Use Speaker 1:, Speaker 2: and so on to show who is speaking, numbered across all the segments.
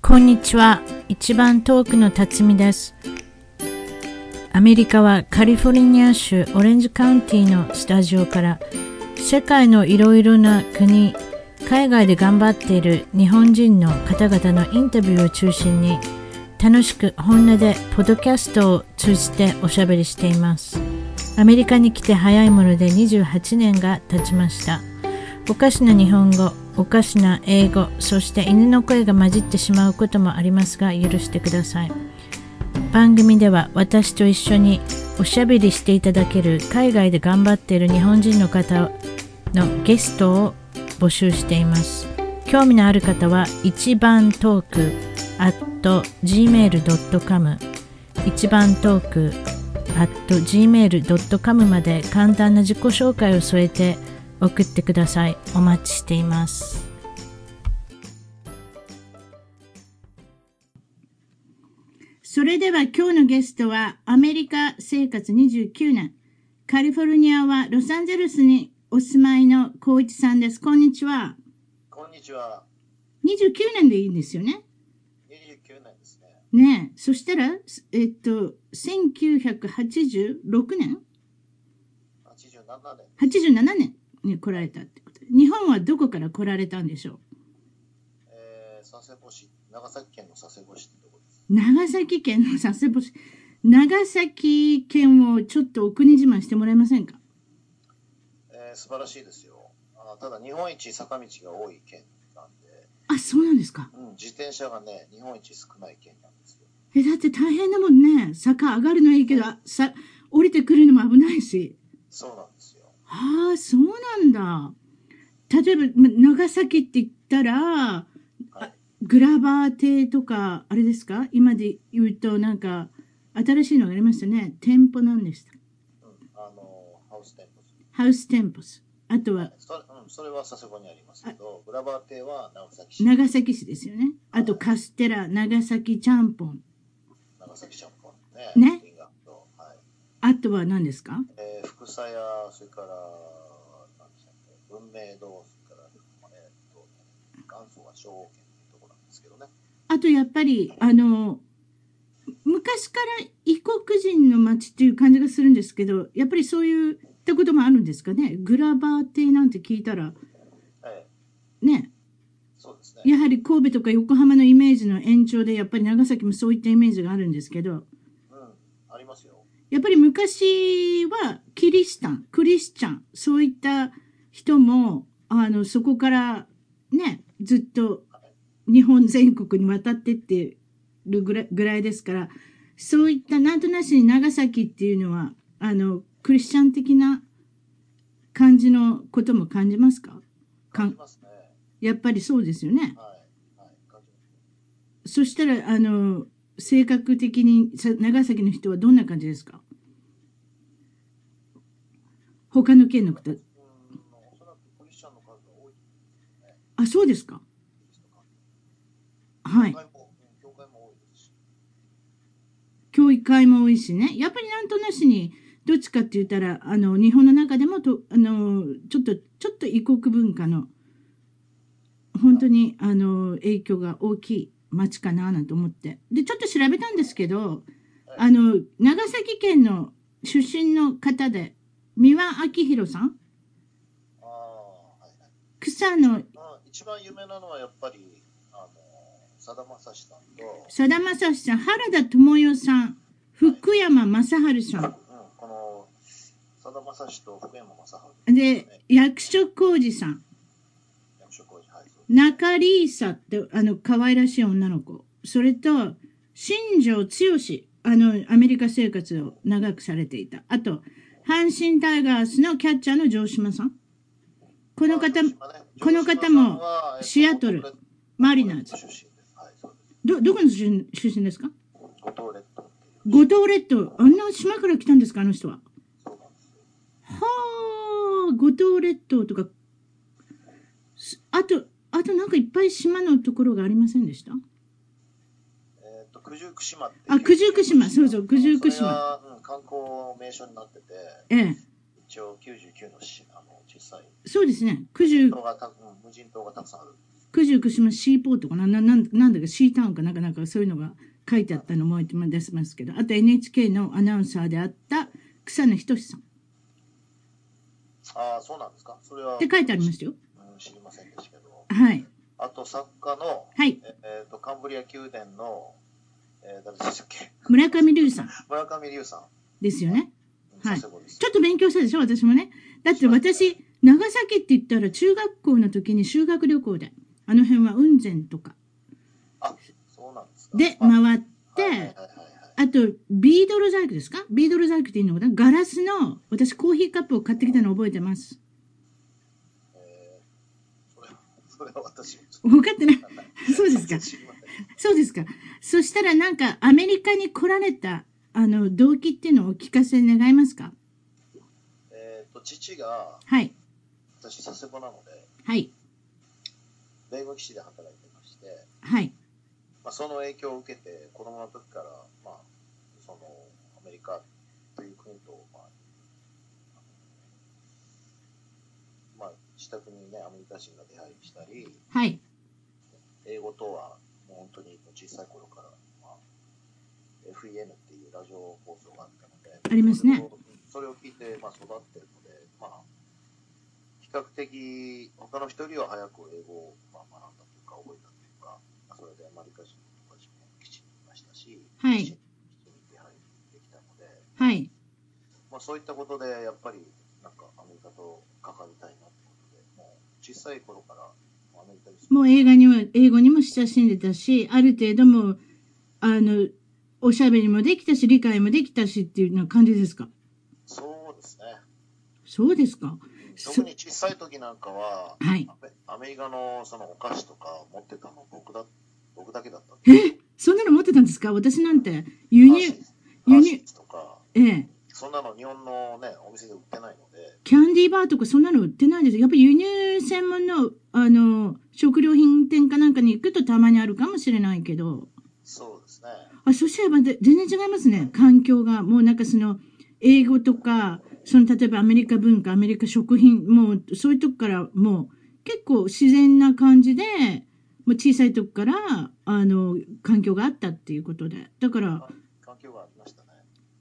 Speaker 1: こんにちは一番遠くの辰巳ですアメリカはカリフォルニア州オレンジカウンティのスタジオから世界のいろいろな国海外で頑張っている日本人の方々のインタビューを中心に楽しく本音でポッドキャストを通じておしゃべりしていますアメリカに来て早いもので28年が経ちましたおかしな日本語おかしな英語そして犬の声が混じってしまうこともありますが許してください番組では私と一緒におしゃべりしていただける海外で頑張っている日本人の方のゲストを募集しています興味のある方は一番トーク at gmail.com 一番トーク at gmail.com まで簡単な自己紹介を添えて送ってくださいお待ちしていますそれでは今日のゲストはアメリカ生活29年カリフォルニアはロサンゼルスにお住まいの光一さんですこんにちは
Speaker 2: こんにちは。
Speaker 1: 29年でいいんですよね
Speaker 2: 29年ですね。
Speaker 1: ねえそしたらすえっと1986年
Speaker 2: 87年。
Speaker 1: 87年に来られたってことで日本はどこから来られたんでしょ
Speaker 2: えー、佐世保市、長崎県の佐世保市ってとこです。
Speaker 1: う長崎県の佐世保市長崎県をちょっとお国自慢してもらえませんか
Speaker 2: えー、素晴らしいですよ。あただ、日本一坂道が多い県なんで、
Speaker 1: あそうなんですか
Speaker 2: うん、自転車がね、日本一少ない県なんですよ。
Speaker 1: えだって大変だもんね坂上がるのはいいけどあさ降りてくるのも危ないし
Speaker 2: そうなんですよ。
Speaker 1: ああそうなんだ例えばま長崎って言ったら
Speaker 2: はい。
Speaker 1: グラバー亭とかあれですか今で言うとなんか新しいのがありましたね店舗なんでした
Speaker 2: うん、あのーハウステンボス。
Speaker 1: ハウステンポスあとは
Speaker 2: それ,、うん、それは佐世保にありますけど、グラバー亭は長崎市、
Speaker 1: 長崎市ですよねあとカステラ長崎ちゃんぽん
Speaker 2: 長崎シャンポンね。
Speaker 1: ね
Speaker 2: リンガーと、はい。
Speaker 1: あとは何ですか
Speaker 2: えー、福佐屋、それから、なんでしたっけ、文明堂、それから、えー、と、元祖は昭和圏っていうところなんですけどね。
Speaker 1: あとやっぱりあの昔から異国人の街っていう感じがするんですけどやっぱりそういったこともあるんですかねグラバー亭なんて聞いたら
Speaker 2: ええ
Speaker 1: ね
Speaker 2: そうですね。
Speaker 1: やはり神戸とか横浜のイメージの延長でやっぱり長崎もそういったイメージがあるんですけど
Speaker 2: うん、ありますよ。
Speaker 1: やっぱり昔はキリシタンクリスチャンそういった人もあのそこからねずっと日本全国に渡ってってるぐらぐらいですからそういったなんとなしに長崎っていうのはあのクリスチャン的な感じのことも感じますかか
Speaker 2: 感
Speaker 1: ん
Speaker 2: じますね。
Speaker 1: やっぱりそうですよね。
Speaker 2: はい。はい。感じます
Speaker 1: そしたらあの性格的にさ長崎の人はどんな感じですか他の県の方
Speaker 2: うん、おそらくクリスチャンの数が多い。
Speaker 1: あそうですかはい
Speaker 2: 教会も、うん教会も多いですし。
Speaker 1: 教育会も多いしねやっぱりなんとなしにどっちかって言ったらあの日本の中でもとあのちょっとちょっと異国文化の本当にあの影響が大きい町かななんて思ってでちょっと調べたんですけどあの長崎県の出身の方で三輪明宏さん
Speaker 2: ああ、はい。はい
Speaker 1: 草野
Speaker 2: まあ、一番有名なのはやっぱり、あの、さだまさしさんと、
Speaker 1: さだまさしさん原田知世さん福山雅治さん
Speaker 2: うん、この、さだまさしと福山雅治。
Speaker 1: で役所広司さん
Speaker 2: 役所広司、はい。そうです
Speaker 1: 中里依紗ってあの可愛らしい女の子それと新庄剛志あのアメリカ生活を長くされていたあと阪神タイガースのキャッチャーの城島さんこの方
Speaker 2: まあ
Speaker 1: この方も、シアトルマリナーズ
Speaker 2: 出身です。はい、そうです。
Speaker 1: どどこの出身出身ですか
Speaker 2: 五島列島っていう。
Speaker 1: 五島列島あんな島から来たんですかあの人は
Speaker 2: そうなんですよ。
Speaker 1: はあ五島列島とかすあとあとなんかいっぱい島のところがありませんでした
Speaker 2: えっと、九十九島っていう。
Speaker 1: あ九十九島そうそう九十九島
Speaker 2: それがうん、観光名所になってて、
Speaker 1: ええ
Speaker 2: 一応九十九の島、あの、小さい
Speaker 1: そうですね九十
Speaker 2: 島がた、うん無人島がたくさんあるんです
Speaker 3: 九十九島シーポートかなななんなんだかシータウンかなんかなんかそういうのが書いてあったのもう一枚出しますけどあと NHK のアナウンサーであった草野仁さんっ
Speaker 2: ああ、そうなんですか。それは
Speaker 3: て書いてありますよ。
Speaker 2: うん知りませんでしたけど。
Speaker 3: はい
Speaker 2: あと、作家の、
Speaker 3: はい
Speaker 2: ええーと、カンブリア宮殿の、えー誰でしたっけ
Speaker 3: 村上龍さん
Speaker 2: 村上龍さん。
Speaker 3: ですよね。
Speaker 2: うん
Speaker 3: はい
Speaker 2: 佐世保です
Speaker 3: ちょっと勉強したでしょ、私もね。だって私、長崎って言ったら中学校の時に修学旅行で、あの辺は雲仙とか
Speaker 2: あ、そうなんですか。
Speaker 3: で
Speaker 2: まあ
Speaker 3: 回っ
Speaker 2: はいはいはい
Speaker 3: て、
Speaker 2: はい
Speaker 3: あと、ビードル細工ですかビードル細工っていうのかなガラスの、私コーヒーカップを買ってきたの覚えてます。
Speaker 2: えーそれは、それは私もちょっ
Speaker 3: 分かってない
Speaker 2: とわかんない。
Speaker 3: そうですか。
Speaker 2: 知りません
Speaker 3: そうですか。そしたらなんかアメリカに来られた、あの、動機っていうのをお聞かせ願えますか
Speaker 2: えっと、父が、
Speaker 3: はい。
Speaker 2: 私、佐世保なので、
Speaker 3: はい。
Speaker 2: 米軍基地で働いてまして、
Speaker 3: はい。
Speaker 2: まあ、その影響を受けて、子供の時から、まあ、その、アメリカという国と、まあ、まあ、自宅にね、アメリカ人が出入りしたり、
Speaker 3: はい。
Speaker 2: 英語とは、もう本当に小さい頃から、まあ、FEN っていうラジオ放送があったので、
Speaker 3: ありますね
Speaker 2: それを。それを聞いて、まあ、育ってるので、まあ、比較的、他の人よりは早く英語を、まあ、学んだというか、覚えたというか、まあ、それでアメリカ人とか自分も基地にいましたし、
Speaker 3: はい
Speaker 2: 基地に出入りできたので、
Speaker 3: はい。
Speaker 2: まあ、そういったことで、やっぱり、なんか、アメリカと関わりたいなってことで、もう、小さい頃から、もうアメリカに
Speaker 3: もう映画には、英語にも親しんでたし、ある程度もう、あの、おしゃべりもできたし、理解もできたしっていうような感じですか
Speaker 2: そうですね。
Speaker 3: そうですかそ
Speaker 2: 特に小さい時なんかは、
Speaker 3: はい
Speaker 2: アメアメリカのそのお菓子とか持ってたの僕だ僕だけだったんで
Speaker 3: えそんなの持ってたんですか私なんて、輸
Speaker 2: ハーシ
Speaker 3: 入
Speaker 2: ー、ズ
Speaker 3: 輸入
Speaker 2: ハーシーズとか
Speaker 3: ええ、
Speaker 2: そんなの日本のねお店で売ってないので
Speaker 3: キャンディーバーとかそんなの売ってないです。やっぱり輸入専門の、あの、食料品店かなんかに行くとたまにあるかもしれないけど。
Speaker 2: そうですね
Speaker 3: あ、そしたらまた全然違いますね。環境が。もうなんかその、英語とか、その例えばアメリカ文化、アメリカ食品、もうそういうとこからもう結構自然な感じで、もう小さいとこから、あの、環境があったっていうことで。だから、
Speaker 2: 環境がありましたね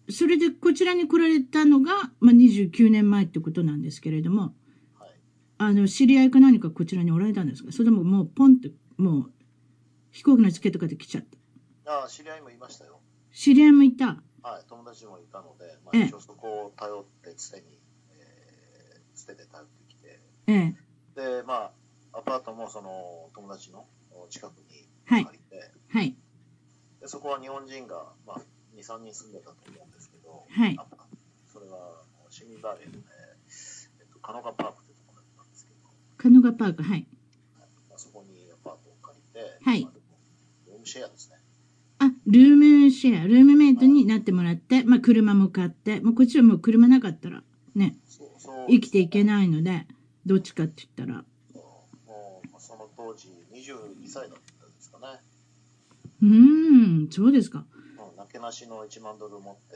Speaker 3: それでこちらに来られたのが、まあ、29年前ってことなんですけれども、
Speaker 2: はい
Speaker 3: あの、知り合いか何かこちらにおられたんですかそれとももうポンって、もう飛行機のチケットとかで来ちゃった。
Speaker 2: あ知り合いもいましたよ
Speaker 3: 知り合いもいた。
Speaker 2: はい友達もいたので、まあ、
Speaker 3: ええ
Speaker 2: 一応そこを頼ってつてに、えー、つてで頼ってきて
Speaker 3: ええ。
Speaker 2: でまあアパートもその友達の近くに
Speaker 3: は
Speaker 2: 借
Speaker 3: い。
Speaker 2: りて、
Speaker 3: はい。
Speaker 2: でそこは日本人が、まあ、23人住んでたと思うんですけど、
Speaker 3: はい
Speaker 2: あそれは市民バレーで、えっと、カノガパークってところだったんですけど、
Speaker 3: カノガパーク、はい。
Speaker 2: まあ、そこにアパートを借りて、
Speaker 3: はい
Speaker 2: まあでもルームシェアですね
Speaker 3: あ、ルームシェア、ルームメイトになってもらって、まあ車も買って、もうこっちはもう車なかったらね、
Speaker 2: そうそう
Speaker 3: 生きていけ
Speaker 2: い
Speaker 3: ないので、どっちかって言ったら。
Speaker 2: もう、まあ、その当時22歳だったんですかね、
Speaker 3: うーん、そうですか。
Speaker 2: うん、なけなしの1万ドル持って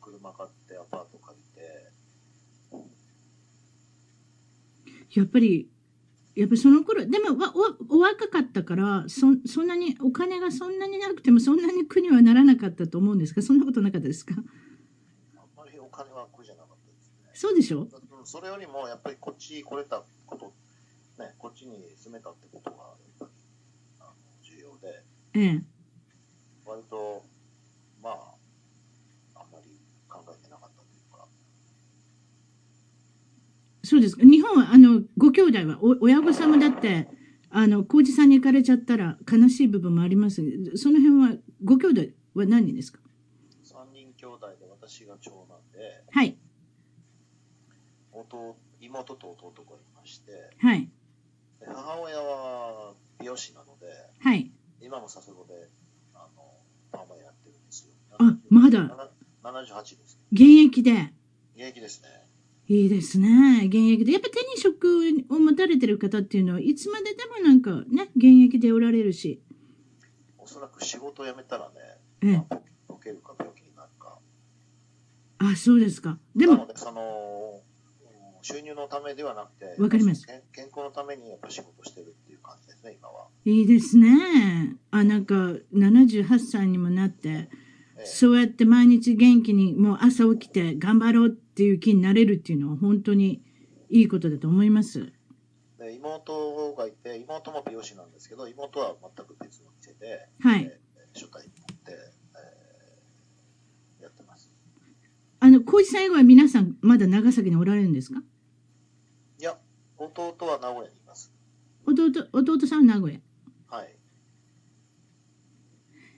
Speaker 2: 車買ってアパート借りて
Speaker 3: やっぱり、やっぱりその頃、でもわおお若かったからそ、そんなにお金がそんなになくてもそんなに苦にはならなかったと思うんですが、そんなことなかったですか
Speaker 2: あんまりお金は苦じゃなかったですね
Speaker 3: そうでしょ
Speaker 2: うんそれよりもやっぱりこっち来れたこと、ね、こっちに住めたってことがやっぱりあの重要で、
Speaker 3: ええ。
Speaker 2: 割と、まあ、あんまり考えてなかったというか、
Speaker 3: そうですか。日本は、あの、ご兄弟は、お親御さんもだって、あの、浩二さんに行かれちゃったら悲しい部分もあります。その辺は、ご兄弟は何人ですか
Speaker 2: 3人兄弟で私が長男で、
Speaker 3: はい、
Speaker 2: 弟妹と弟がいまして、
Speaker 3: はい、
Speaker 2: で母親は美容師なので、
Speaker 3: はい。
Speaker 2: 今も佐世保で、あの、パーマやってるんですよ。
Speaker 3: あまだ
Speaker 2: なな ?78 です。
Speaker 3: 現役で。
Speaker 2: 現役ですね。
Speaker 3: いいですね。現役で。やっぱ手に職を持たれてる方っていうのは、いつまででもなんかね、現役でおられるし。
Speaker 2: おそらく仕事を辞めたらね、
Speaker 3: ええ
Speaker 2: ま。あボケるか病気になるか。
Speaker 3: あ、そうですか。で
Speaker 2: な
Speaker 3: も、
Speaker 2: ので、その、うん収入のためではなくて、
Speaker 3: わかります
Speaker 2: 健健康のためにやっぱ仕事してるっていう感じですね、今は。
Speaker 3: いいですね。あ、なんか、78歳にもなって、
Speaker 2: ええ
Speaker 3: そうやって毎日元気に、もう朝起きて頑張ろうっていう気になれるっていうのは本当にいいことだと思います。
Speaker 2: で妹がいて、妹も美容師なんですけど、妹は全く別の店で、
Speaker 3: はい。
Speaker 2: えー、初対持って、えーやってます。
Speaker 3: あの、浩一さん以外は皆さんまだ長崎におられるんですか
Speaker 2: いや、弟は名古屋にいます。
Speaker 3: 弟、弟さんは名古屋。
Speaker 2: はい。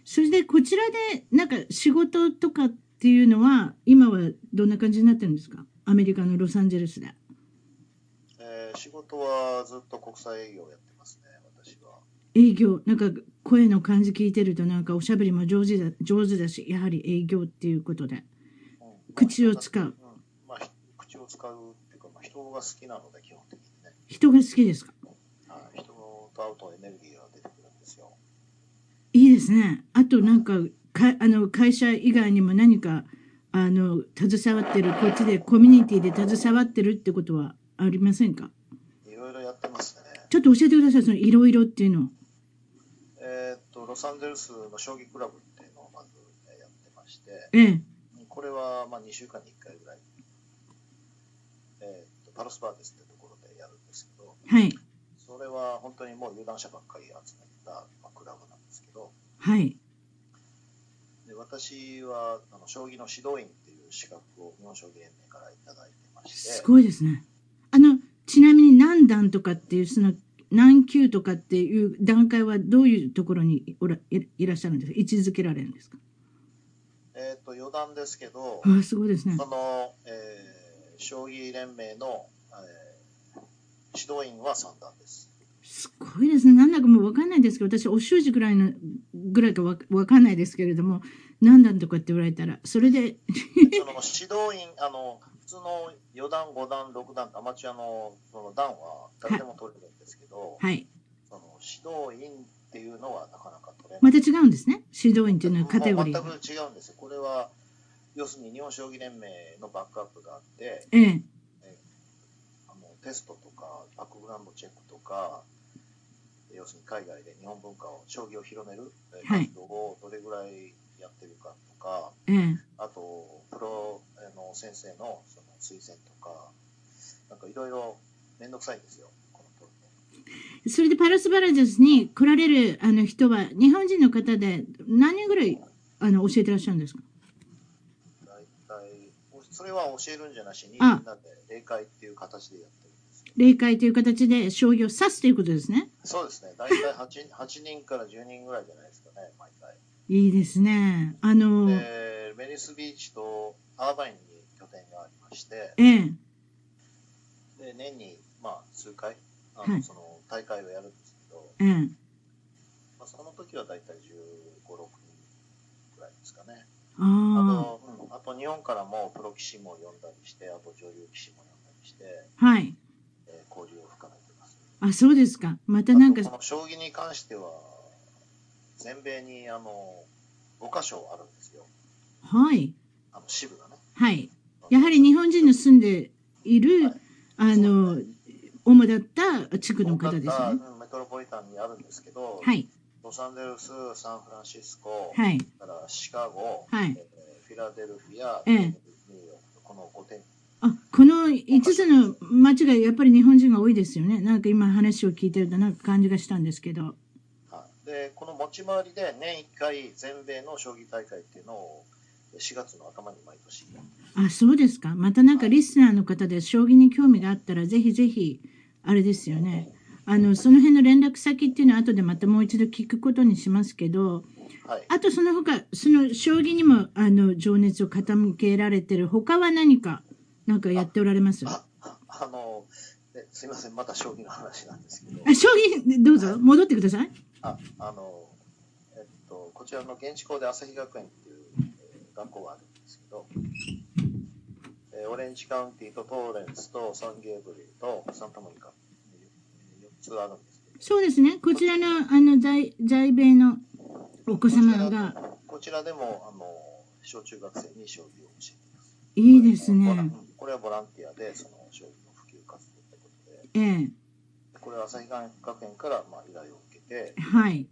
Speaker 3: それで、こちらで、なんか仕事とかっていうのは、今はどんな感じになってるんですかアメリカのロサンゼルスで。
Speaker 2: えー仕事はずっと国際営業をやってますね、私は。
Speaker 3: 営業、なんか声の感じ聞いてると、なんかおしゃべりも上手だ、上手だし、やはり営業っていうことで。
Speaker 2: うん
Speaker 3: 口を使う。
Speaker 2: まあうんまあ、ひ口を使うっていうか、まあ、人が好きなので、基本的にね。
Speaker 3: 人が好きですか
Speaker 2: はい、人と会うとエネルギーが出てくるんですよ。
Speaker 3: いいですね。あとなんか、かあの会社以外にも何か、あの、携わってる、こっちでコミュニティで携わってるってことはありませんか
Speaker 2: いろいろやってますね。
Speaker 3: ちょっと教えてください、そのいろいろっていうのを。
Speaker 2: えーっと、ロサンゼルスの将棋クラブっていうのをまずえーやってまして、
Speaker 3: ええ。
Speaker 2: これはまあ2週間に1回ぐらい、えーっと、パルスバーですってところでやるんですけど、
Speaker 3: はい。
Speaker 2: それは本当にもう有段者ばっかり集めた、まあ、クラブなんですけど、
Speaker 3: はい。
Speaker 2: で私はあの将棋の指導員っていう資格を日本将棋連盟からいただいてまして、
Speaker 3: すごいですね。あの、ちなみに何段とかっていう、その、何級とかっていう段階はどういうところにおらいいらっしゃるんですか位置づけられるんですか
Speaker 2: えーっと、余談ですけど、
Speaker 3: ああ、すごいですね
Speaker 2: そ。の、えー将棋連盟の、えー指導員は三 段です。
Speaker 3: すごいですね。なんだかもうわかんないですけど、私、お習字ぐらいの、ぐらいかわわかんないですけれども、何段とかって言われたら、それで、
Speaker 2: その指導員、あの普通の四段、五段、六段、アマチュアのその段は誰でも取れるんですけど、
Speaker 3: はい。
Speaker 2: その指導員っていうのはなかなか取れない。
Speaker 3: また違うんですね。指導員っていうのはカテゴリー
Speaker 2: もう
Speaker 3: が。
Speaker 2: 全く違うんですよ。これは要するに日本将棋連盟のバックアップがあって、
Speaker 3: ええ。
Speaker 2: あのテストとかバックグラウンドチェックとか要するに海外で日本文化を将棋を広めるえー
Speaker 3: はい
Speaker 2: 活動をどれぐらいやってるかとか、
Speaker 3: ええ。
Speaker 2: あとプロあの先生のその推薦とかなんかいろいろ面倒くさいんですよこのプ
Speaker 3: それでパラスバラジャスに来られるあの人は、日本人の方で何人ぐらいあの教えてらっしゃるんですか
Speaker 2: ロ大体それは教えるんじゃなしにみん
Speaker 3: あ
Speaker 2: なで例会っていう形でやってるんですよ
Speaker 3: 霊界という形で将棋を指すということですね。
Speaker 2: そうですね大体 8, 8人から10人ぐらいじゃないですかね毎回。
Speaker 3: いいですね。あの、え
Speaker 2: でメリスビーチとアーバインに拠点がありまして
Speaker 3: え
Speaker 2: で年に、まあ、数回あ
Speaker 3: は
Speaker 2: の
Speaker 3: い
Speaker 2: その大会をやるんですけど、
Speaker 3: ええ。
Speaker 2: まあ、その時は大体1 5 6人ぐらいですかね
Speaker 3: あ
Speaker 2: あと,、うん、あと日本からもプロ棋士も呼んだりしてあと女流棋士も呼んだりして、
Speaker 3: あ、はい。
Speaker 2: えー交流を深めてます
Speaker 3: あ、そうですか。またなんか
Speaker 2: あと、この将棋に関しては全米にあの5箇所あるんですよ
Speaker 3: はい。
Speaker 2: あの支部がね
Speaker 3: はい。やはり日本人の住んでいる、あの、主だった地区の方ですよね。
Speaker 2: 大型メトロポリタンにあるんですけど、
Speaker 3: はい。
Speaker 2: ロサンゼルス、サンフランシスコ、
Speaker 3: はい。
Speaker 2: それからシカゴ、
Speaker 3: はい
Speaker 2: えーフィラデルフィア、
Speaker 3: ええ
Speaker 2: ニューヨーク、この5点。
Speaker 3: あ、この5つの町がやっぱり日本人が多いですよね。なんか今話を聞いてるとなんか感じがしたんですけど。
Speaker 2: はいで、この持ち回りで年1回全米の将棋大会っていうのを4月の頭に毎年やって
Speaker 3: あ、そうですか。またなんかリスナーの方で将棋に興味があったら、ぜひぜひ、あれですよね。あの、その辺の連絡先っていうのは後でまたもう一度聞くことにしますけど、
Speaker 2: はい。
Speaker 3: あとその他、その将棋にも、あの、情熱を傾けられてる、他は何か、なんかやっておられますあ、
Speaker 2: あああのですいません、また将棋の話なんですけど、
Speaker 3: 将棋、どうぞ、戻ってください。
Speaker 2: ああのえっと、こちらの現地校で朝日学園っていう、えー学校があるんですけど、えーオレンジカウンティとトーレンスとサンゲーブリーとサンタモニカ、4つあるんですけど、
Speaker 3: そうですね。こちらの、あの、在、在米のお子様が、
Speaker 2: こちらでもあの小中学生に将棋を教えています。
Speaker 3: いいです
Speaker 2: ボラ
Speaker 3: ね。
Speaker 2: これはボランティアでその将棋の普
Speaker 3: ええ
Speaker 2: これは旭学園からまあ依頼を受けて、
Speaker 3: はい。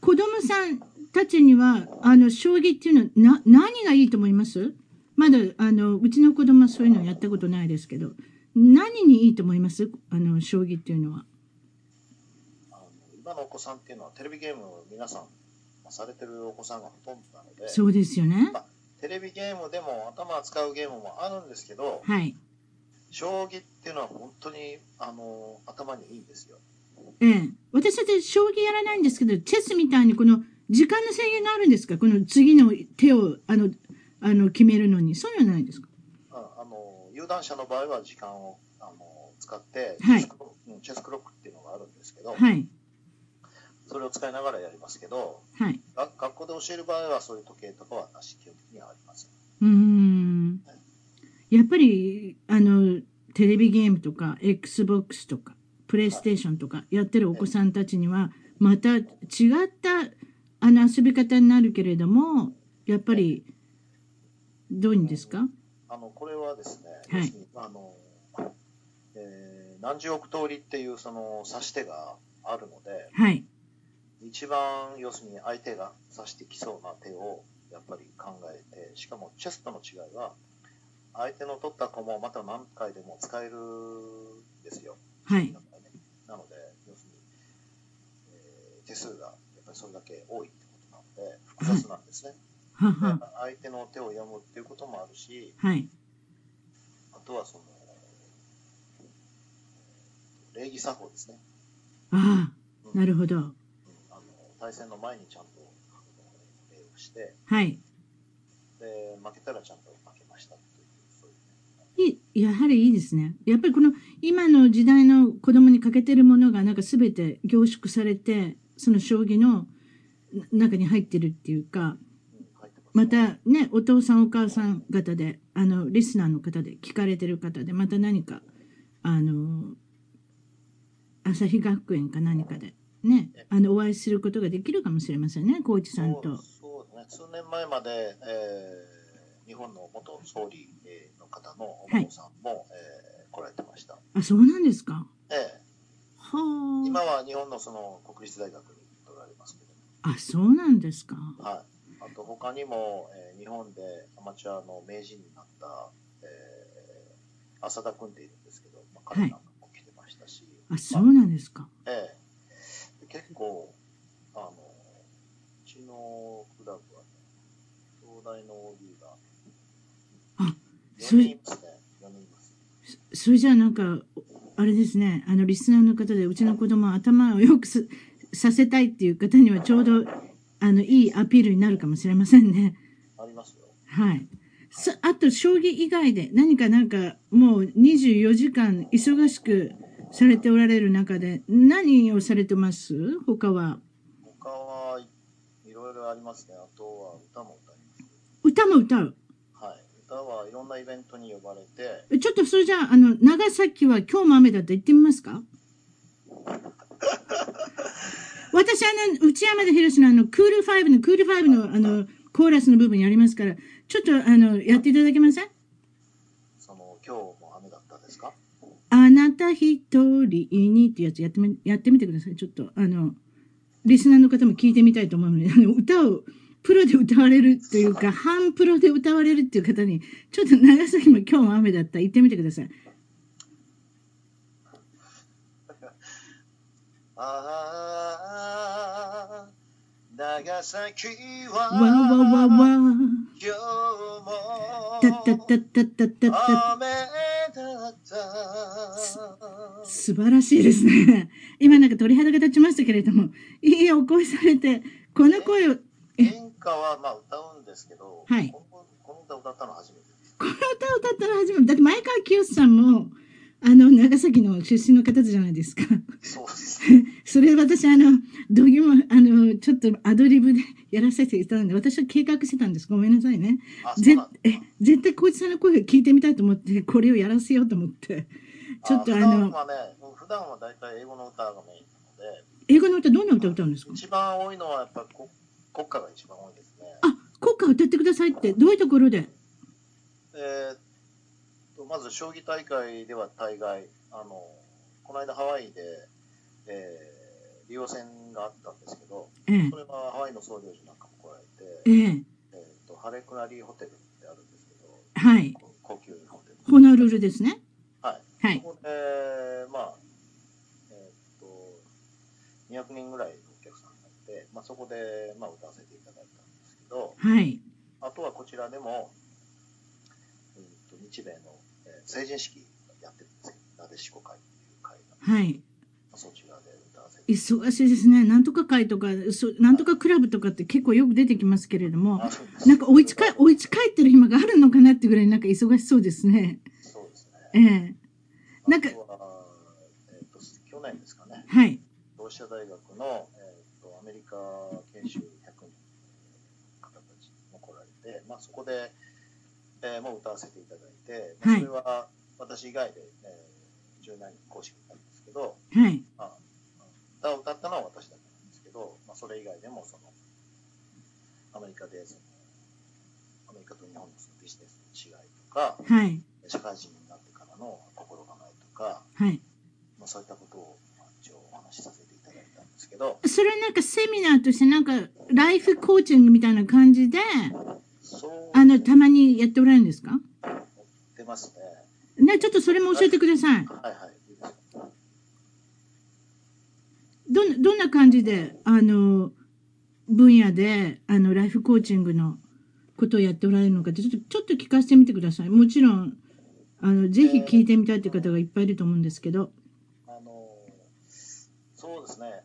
Speaker 3: 子供さんたちには、あの、将棋っていうのは、な、何がいいと思いますまだ、あの、うちの子供はそういうのやったことないですけど、何にいいと思いますあの、将棋っていうのは。
Speaker 2: あの今のお子さんっていうのはテレビゲームを皆さんまあされてるお子さんがほとんどなので、
Speaker 3: そうですよね。
Speaker 2: テレビゲームでも頭を使うゲームもあるんですけど、
Speaker 3: はい。
Speaker 2: 将棋っていうのは本当にあの頭にいいんですよ。
Speaker 3: ええ。私たち将棋やらないんですけど、チェスみたいにこの、時間の制限があるんですかこの次の手を、あの、あの、決めるのに。そういうのはないですか
Speaker 2: うんあの有段者の場合は時間をあの使って、
Speaker 3: はい
Speaker 2: チェスクロックうんチェスクロックっていうのがあるんですけど、
Speaker 3: はい。
Speaker 2: それを使いながらやりますけど、
Speaker 3: はい。
Speaker 2: が学校で教える場合はそういう時計とかはなし基本的にはありません。
Speaker 3: うーんやっぱりあのテレビゲームとか XBOX とかプレイステーションとかやってるお子さんたちにはまた違ったあの遊び方になるけれどもやっぱりどういうんですか
Speaker 2: あのこれはですね、
Speaker 3: はい
Speaker 2: 要するにあのえー何十億通りっていうその指し手があるので、
Speaker 3: はい
Speaker 2: 一番要するに相手が指してきそうな手をやっぱり考えて、しかもチェスとの違いは、相手の取った駒をまた何回でも使えるんですよ。
Speaker 3: はい
Speaker 2: なんかねなので、要するに、えー手数がやっぱりそれだけ多いってことなので、複雑なんですね。
Speaker 3: は
Speaker 2: だ
Speaker 3: は
Speaker 2: から相手の手を読むっていうこともあるし、
Speaker 3: はい
Speaker 2: あとはその、礼儀作法ですね。
Speaker 3: あ
Speaker 2: うん
Speaker 3: あなるほど
Speaker 2: うんあの対戦の前にちゃんとあの礼をして、
Speaker 3: はい
Speaker 2: で負けたらちゃんと負けましたという、そういう
Speaker 3: いいやはりいいですね。やっぱりこの今の時代の子供に欠けてるものがなんか全て凝縮されてその将棋のな中に入ってるっていうか
Speaker 2: ね、うん、入ってます、
Speaker 3: またねお父さんお母さん方であのリスナーの方で聞かれてる方でまた何かあの朝日学園か何かでねあのお会いすることができるかもしれませんね光一さん
Speaker 2: そう
Speaker 3: と。
Speaker 2: そうね、数年前まで、えー日本の元総理えーの方のお
Speaker 3: はい
Speaker 2: 孫さんも、えー来られてました。
Speaker 3: あそうなんですか。
Speaker 2: ええ
Speaker 3: は
Speaker 2: 今
Speaker 3: あ。
Speaker 2: は日本のその国立大学に取られますけど、
Speaker 3: あそうなんですか。
Speaker 2: はい、あと他にも、えー日本でアマチュアの名人になった、えー浅田君っているんですけど、まあ、彼なんかも来てましたし、
Speaker 3: あそうなんですか。
Speaker 2: ええ、結構、あの、うちのクラブはね、東大の OB が、
Speaker 3: あ
Speaker 2: 4人いますね、4人います。
Speaker 3: それじゃあなんか、あれですね、あの、リスナーの方で、うちの子供は頭をよくすさせたいっていう方にはちょうど、あの、いいアピールになるかもしれませんね。
Speaker 2: ありますよ。
Speaker 3: はい。さあと、将棋以外で、何かなんか、もう24時間忙しくされておられる中で、何をされてます他は。
Speaker 2: 他はいいろいろありますね。あとは歌も歌い
Speaker 3: 歌も歌う。
Speaker 2: ます。はい。歌はいろんなイベントに呼ばれて、
Speaker 3: えちょっとそれじゃあ、あの、長崎は今日も雨だって行ってみますか私、あの、内山田博のあの、クールファイブの、クールファイブの、あの、コーラスの部分やりますから、ちょっと、あの、やっていただけません
Speaker 2: その、今日も雨だったですか
Speaker 3: あなた一人にっていうやつやってみ、やってみてください。ちょっと、あの、リスナーの方も聞いてみたいと思うので、あの、歌を、プロで歌われるというか、半プロで歌われるっていう方に、ちょっと長崎も今日も雨だった、行ってみてください。
Speaker 2: ああ、長崎
Speaker 3: わわわわ。
Speaker 2: は、今日
Speaker 3: た
Speaker 2: も、
Speaker 3: たたたたたた。
Speaker 2: 雨だった。
Speaker 3: 素晴らしいですね。今なんか鳥肌が立ちましたけれども、いいお声されて、この声を、こ
Speaker 2: 演歌はまあ歌うんですけど、
Speaker 3: はい
Speaker 2: このこの歌歌ったの初めてです。
Speaker 3: の歌を歌ったら初めて、だって前川清さんも、あの、長崎の出身の方じゃないですか。
Speaker 2: そうですね。
Speaker 3: それ私、あの、どぎも、あの、ちょっとアドリブでやらせていただいたので、私は計画してたんです。ごめんなさいね。
Speaker 2: あ、そう
Speaker 3: ぜ
Speaker 2: なん
Speaker 3: え絶対、浩一さんの声が聞いてみたいと思って、これをやらせようと思って。ちょっとあ
Speaker 2: 普
Speaker 3: の、
Speaker 2: 段はね、普段は大体英語の歌がメインなので、
Speaker 3: 英語の歌、どんな歌を歌うんですか
Speaker 2: 一番多いのはやっぱ国国歌が一番多いですね。
Speaker 3: あ、国歌歌ってくださいって、どういうところで
Speaker 2: えーっとまず将棋大会では大概あの、この間ハワイで、えー、利用船があったんですけど、
Speaker 3: ええ
Speaker 2: それはハワイの総領事なんかも来られて、
Speaker 3: ええ
Speaker 2: えー、とハレクラリーホテルってあるんですけど、
Speaker 3: はい
Speaker 2: こ高級ホテル。
Speaker 3: ホノルルですね
Speaker 2: はい。
Speaker 3: は
Speaker 2: そ
Speaker 3: い
Speaker 2: こで、まあ、えーっと、200人ぐらいのお客さんがいて、まあ、そこで、まあ、歌わせていただいたんですけど、
Speaker 3: はい
Speaker 2: あとはこちらでも、えーっと日米の、えー成人式やってるんですけど、なでしこ会っていう会が、
Speaker 3: はい
Speaker 2: そちらで歌わせてい
Speaker 3: 忙しいですねなんとか会とかそなんとかクラブとかって結構よく出てきますけれど
Speaker 2: た
Speaker 3: も
Speaker 2: だいてます
Speaker 3: なんか追いつか追いつかえってる暇があるのかなってぐらいなんか忙しそうですね
Speaker 2: そうですね。
Speaker 3: ええなんか
Speaker 2: あとは、えーっと、去年ですかね、
Speaker 3: はい
Speaker 2: 同志社大学の、えー、とアメリカ研修100人の方たちも来られて、まあ、そこで、えーもう歌わせていただいて、まあ
Speaker 3: はい
Speaker 2: それは私以外で、えー、10何人講師がいたんですけど、
Speaker 3: はい
Speaker 2: まあ、歌を歌ったのは私だけなんですけど、まあ、それ以外でもそのアメリカでそのアメリカと日本のそのビジネスの違いとか
Speaker 3: はい
Speaker 2: 社会人になってからの心構えとか、
Speaker 3: はい
Speaker 2: まあ、そういったことをまあ一応お話しさせていただいたんですけど。
Speaker 3: それはなんかセミナーとしてなんかライフコーチングみたいな感じで
Speaker 2: そう
Speaker 3: あのたまにやっておられるんですか
Speaker 2: 出ますね。
Speaker 3: ねちょっとそれも教えてください
Speaker 2: はいはい。いいですよ
Speaker 3: どんどんな感じであの分野であのライフコーチングのことをやっておられるのかってちょっとちょっと聞かせてみてくださいもちろんあのぜひ聞いてみたいという方がいっぱいいると思うんですけど
Speaker 2: あのそうですね。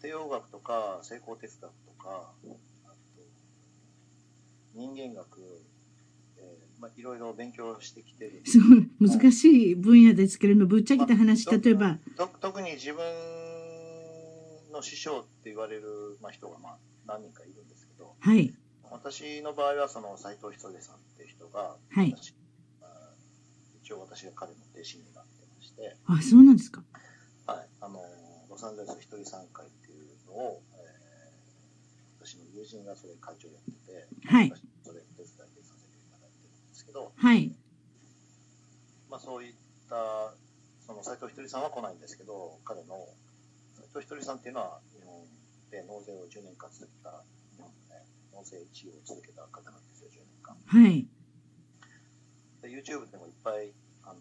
Speaker 2: 帝王学とか成功哲学とか、あと人間学、えーまあいろいろ勉強してきてる。
Speaker 3: そう難しい分野ですけれどもぶっちゃけた話例えば
Speaker 2: と特に自分の師匠って言われるまあ人がまあ何人かいるんですけど、
Speaker 3: はい
Speaker 2: 私の場合はその斉藤ひとでさんって人が、
Speaker 3: はい
Speaker 2: 私あー一応私が彼の弟子になってまして。
Speaker 3: あそうなんですか
Speaker 2: はい、あのロサンゼルス一人参会っていうのを、えー私の友人がそれ会長やってて、
Speaker 3: はい
Speaker 2: 私それお手伝いでさせていただいてるんですけど、
Speaker 3: はい
Speaker 2: まあ、そういったその斉藤ひとりさんは来ないんですけど彼の斉藤ひとりさんっていうのは日本で納税を10年間続けた日本で、納税1位を続けた方なんですよ10年間
Speaker 3: はい
Speaker 2: で YouTube でもいっぱいあの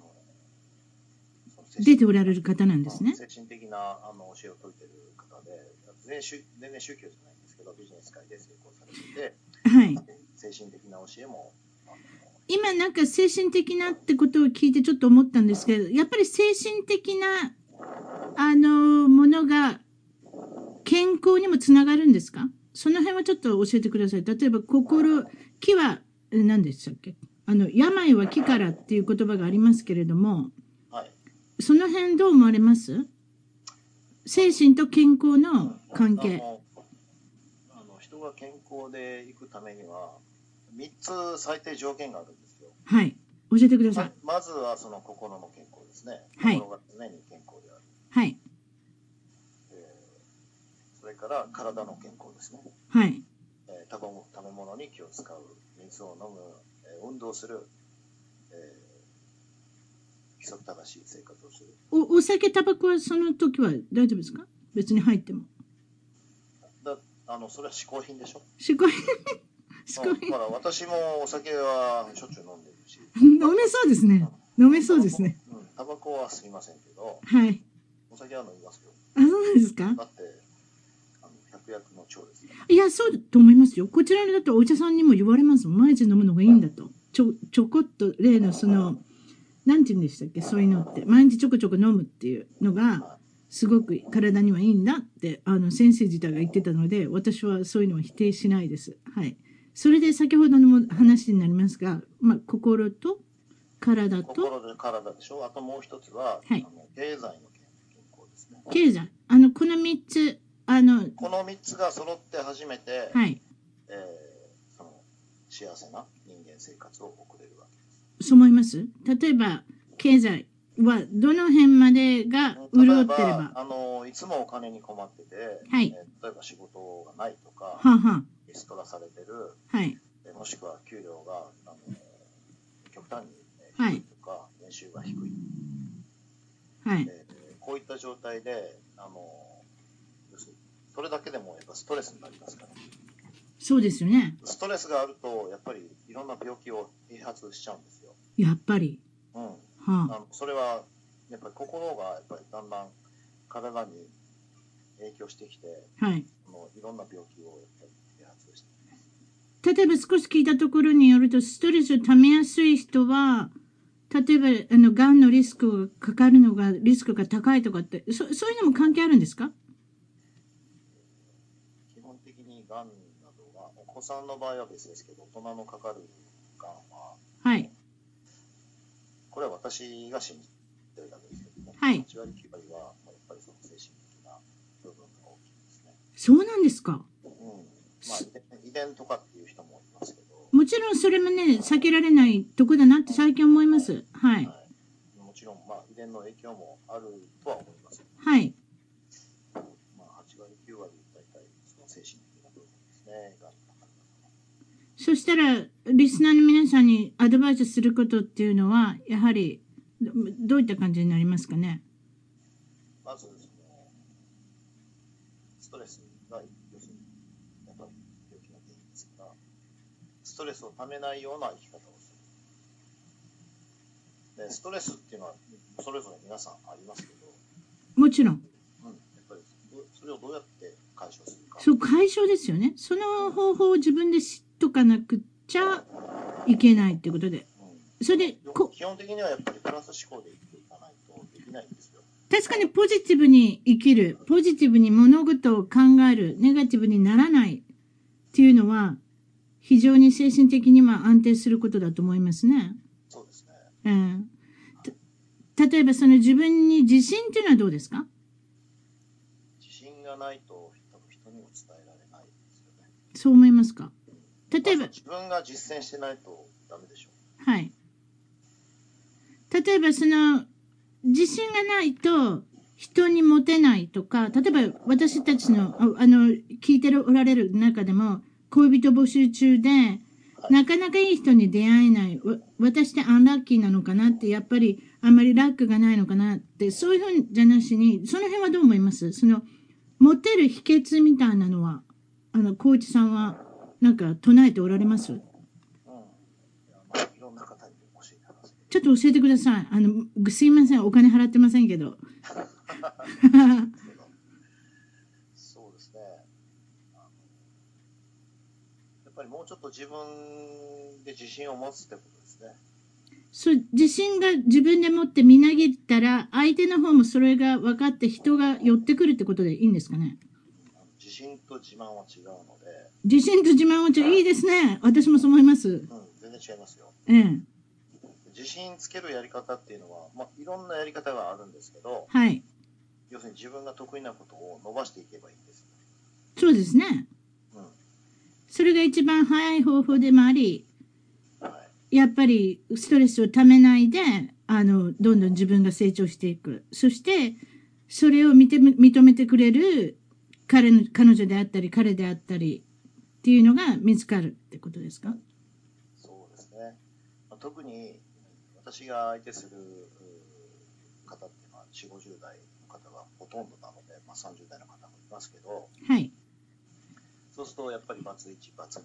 Speaker 2: その
Speaker 3: 出ておられる方なんですね
Speaker 2: 精神的なあの教えを説いてる方で全然宗全然宗教じゃないんですけどビジネス界で成功されて
Speaker 3: はい
Speaker 2: て精神的な教えもあの
Speaker 3: 今なんか精神的なってことを聞いてちょっと思ったんですけどやっぱり精神的なあのものが健康にもつながるんですかその辺はちょっと教えてください例えば心木はえ何でしたっけあの病は木からっていう言葉がありますけれども
Speaker 2: はい
Speaker 3: その辺どう思われます精神と健康の関係
Speaker 2: あのあの人が健康でいくためには3つ最低条件があるんですよ
Speaker 3: はい教えてくださ
Speaker 2: ま
Speaker 3: い
Speaker 2: まずはその心の健康ですね
Speaker 3: はい
Speaker 2: 心が常に健康である、
Speaker 3: はい
Speaker 2: えーそれから体の健康ですね、
Speaker 3: はい
Speaker 2: えー食べ物食べ物に気を使う水を飲む、えー運動する、えー規則正しい生活をする
Speaker 3: おお酒タバコはその時は大丈夫ですか別に入っても
Speaker 2: だあのそれは嗜好品でしょ
Speaker 3: すごい。すごい。
Speaker 2: うんだから私もお酒はしょっちゅう飲んでるし
Speaker 3: 飲めそうですね。 飲めそうですね。
Speaker 2: うんタバコはすみませんけど
Speaker 3: はい。
Speaker 2: お酒は飲みますよ
Speaker 3: あ、そうなんですか
Speaker 2: だってあの百薬の長ですね
Speaker 3: いや、そうだと思いますよ。こちらのだとお医者さんにも言われますもん。毎日飲むのがいいんだと。ちょ、ちょこっと例のその、なんて言うんでしたっけそういうのって。毎日ちょこちょこ飲むっていうのが、すごく体にはいいんだって、あの、先生自体が言ってたので、私はそういうのは否定しないです。はい。それで先ほどのも話になりますが、まあ、心と体と
Speaker 2: 心で体でしょあともう一つは、
Speaker 3: はい
Speaker 2: あの経済の健康ですね
Speaker 3: 経済。あの、この3つ、あの、
Speaker 2: この3つが揃って初めて、
Speaker 3: はい。
Speaker 2: えーその幸せな人間生活を送れるわけです
Speaker 3: そう思います例えば、経済はどの辺までが潤ってれば。は
Speaker 2: あのいつもお金に困ってて、
Speaker 3: はい
Speaker 2: えー例えば仕事がないとか、
Speaker 3: あ、は
Speaker 2: リストラされてる、
Speaker 3: あ、はい。
Speaker 2: えーもしくは給料があの極端に、えー
Speaker 3: はい
Speaker 2: 低いとか、年収が低い、
Speaker 3: はい。
Speaker 2: えーこういった状態で、あの、要するにそれだけでもやっぱストレスになりますから、
Speaker 3: そうですよね。
Speaker 2: ストレスがあると、やっぱりいろんな病気を併発しちゃうんですよ。
Speaker 3: やっぱり。
Speaker 2: うん。あ
Speaker 3: はあ。
Speaker 2: のそれは、やっぱり心がやっぱりだんだん体に影響してきて、
Speaker 3: はい。
Speaker 2: あのいろんな病気をやっぱり併発して、
Speaker 3: 例えば少し聞いたところによると、ストレスを溜めやすい人は、例えば、あの、癌のリスクがかかるのが、リスクが高いとかって、そそういうのも関係あるんですか
Speaker 2: 基本的にがんなどは、お子さんの場合は別ですけど、大人のかかるがんは、
Speaker 3: はい。
Speaker 2: これは私が信じてるだけですけども、
Speaker 3: はい
Speaker 2: 8割9割は、まあやっぱりその精神的な部分が大きいですね。
Speaker 3: そうなんですか
Speaker 2: うん。まあ遺伝、遺伝とかっていう人もいますけど、
Speaker 3: もちろんそれもね、避けられないとこだなって最近思います。はい。
Speaker 2: はい、もちろん、まあ、遺伝の影響もあるとは思いますけど、
Speaker 3: はい。
Speaker 2: まあ、8割、9割、大体その精神的な部分ですね、がんの中で
Speaker 3: そしたら、リスナーの皆さんにアドバイスすることっていうのは、やはり、どどういった感じになりますかね
Speaker 2: まずその、ストレスが、要するに、やっぱり病気の原因ですから、ストレスをためないような生き方をする。で、ストレスっていうのは、それぞれ皆さんありますけど、
Speaker 3: もちろん。
Speaker 2: うん、やっぱりどそれをどうやって解消するか。
Speaker 3: そう、解消ですよね。その方法を自分で知っとかなくちゃいけないってことで。
Speaker 2: うん
Speaker 3: それで、こ、
Speaker 2: 基本的にはやっぱりプラス思考で生きていかないとできないんですよ。
Speaker 3: 確かにポジティブに生きる、ポジティブに物事を考える、ネガティブにならないっていうのは、非常に精神的には安定することだと思いますね。
Speaker 2: そうですね。
Speaker 3: ええた例えばその自分に自信っていうのはどうですか
Speaker 2: 自信がないと多分人にも伝えられないですよね。
Speaker 3: そう思いますか例えば
Speaker 2: まあ、自分が実践してないとダメでしょう。
Speaker 3: はい。例えばその、自信がないと人にモテないとか、例えば私たちの、ああの、聞いてるおられる中でも、恋人募集中で、なかなかいい人に出会えない。わ私ってアンラッキーなのかなって、やっぱりあんまりラックがないのかなって、そういうふうじゃなしに、その辺はどう思いますその、モテる秘訣みたいなのは、あの、コーチさんは、なんか唱えておられます
Speaker 2: うん。いやまあ、いろんな方に教えてますけど、
Speaker 3: ちょっと教えてください。あの、ぐすいません。お金払ってませんけど。
Speaker 2: そうですね。あのやっぱりもうちょっと自分で自信を持つってことですね。
Speaker 3: そう、自信が自分で持ってみなぎったら、相手の方もそれが分かって人が寄ってくるってことでいいんですかね。
Speaker 2: あの自信と自慢は違うので、
Speaker 3: 自信と自慢はちょ、いいですね。私もそう思います。
Speaker 2: うん、全然違いますよ。
Speaker 3: ええ。
Speaker 2: 自信つけるやり方っていうのは、まあ、いろんなやり方があるんですけど、
Speaker 3: はい。
Speaker 2: 要するに自分が得意なことを伸ばしていけばいいんです。
Speaker 3: そうですね。
Speaker 2: うん。
Speaker 3: それが一番早い方法でもあり、
Speaker 2: はい。
Speaker 3: やっぱりストレスをためないで、あの、どんどん自分が成長していく。そして、それを認め認めてくれる彼の、彼女であったり、彼であったりっていうのが見つかるってことですか
Speaker 2: そうですね。まあ、特に私が相手するうー方っていうのは4、50代の方がほとんどなので、まあ、30代の方もいますけど、
Speaker 3: はい。
Speaker 2: そうするとやっぱりバツ1、バツ2、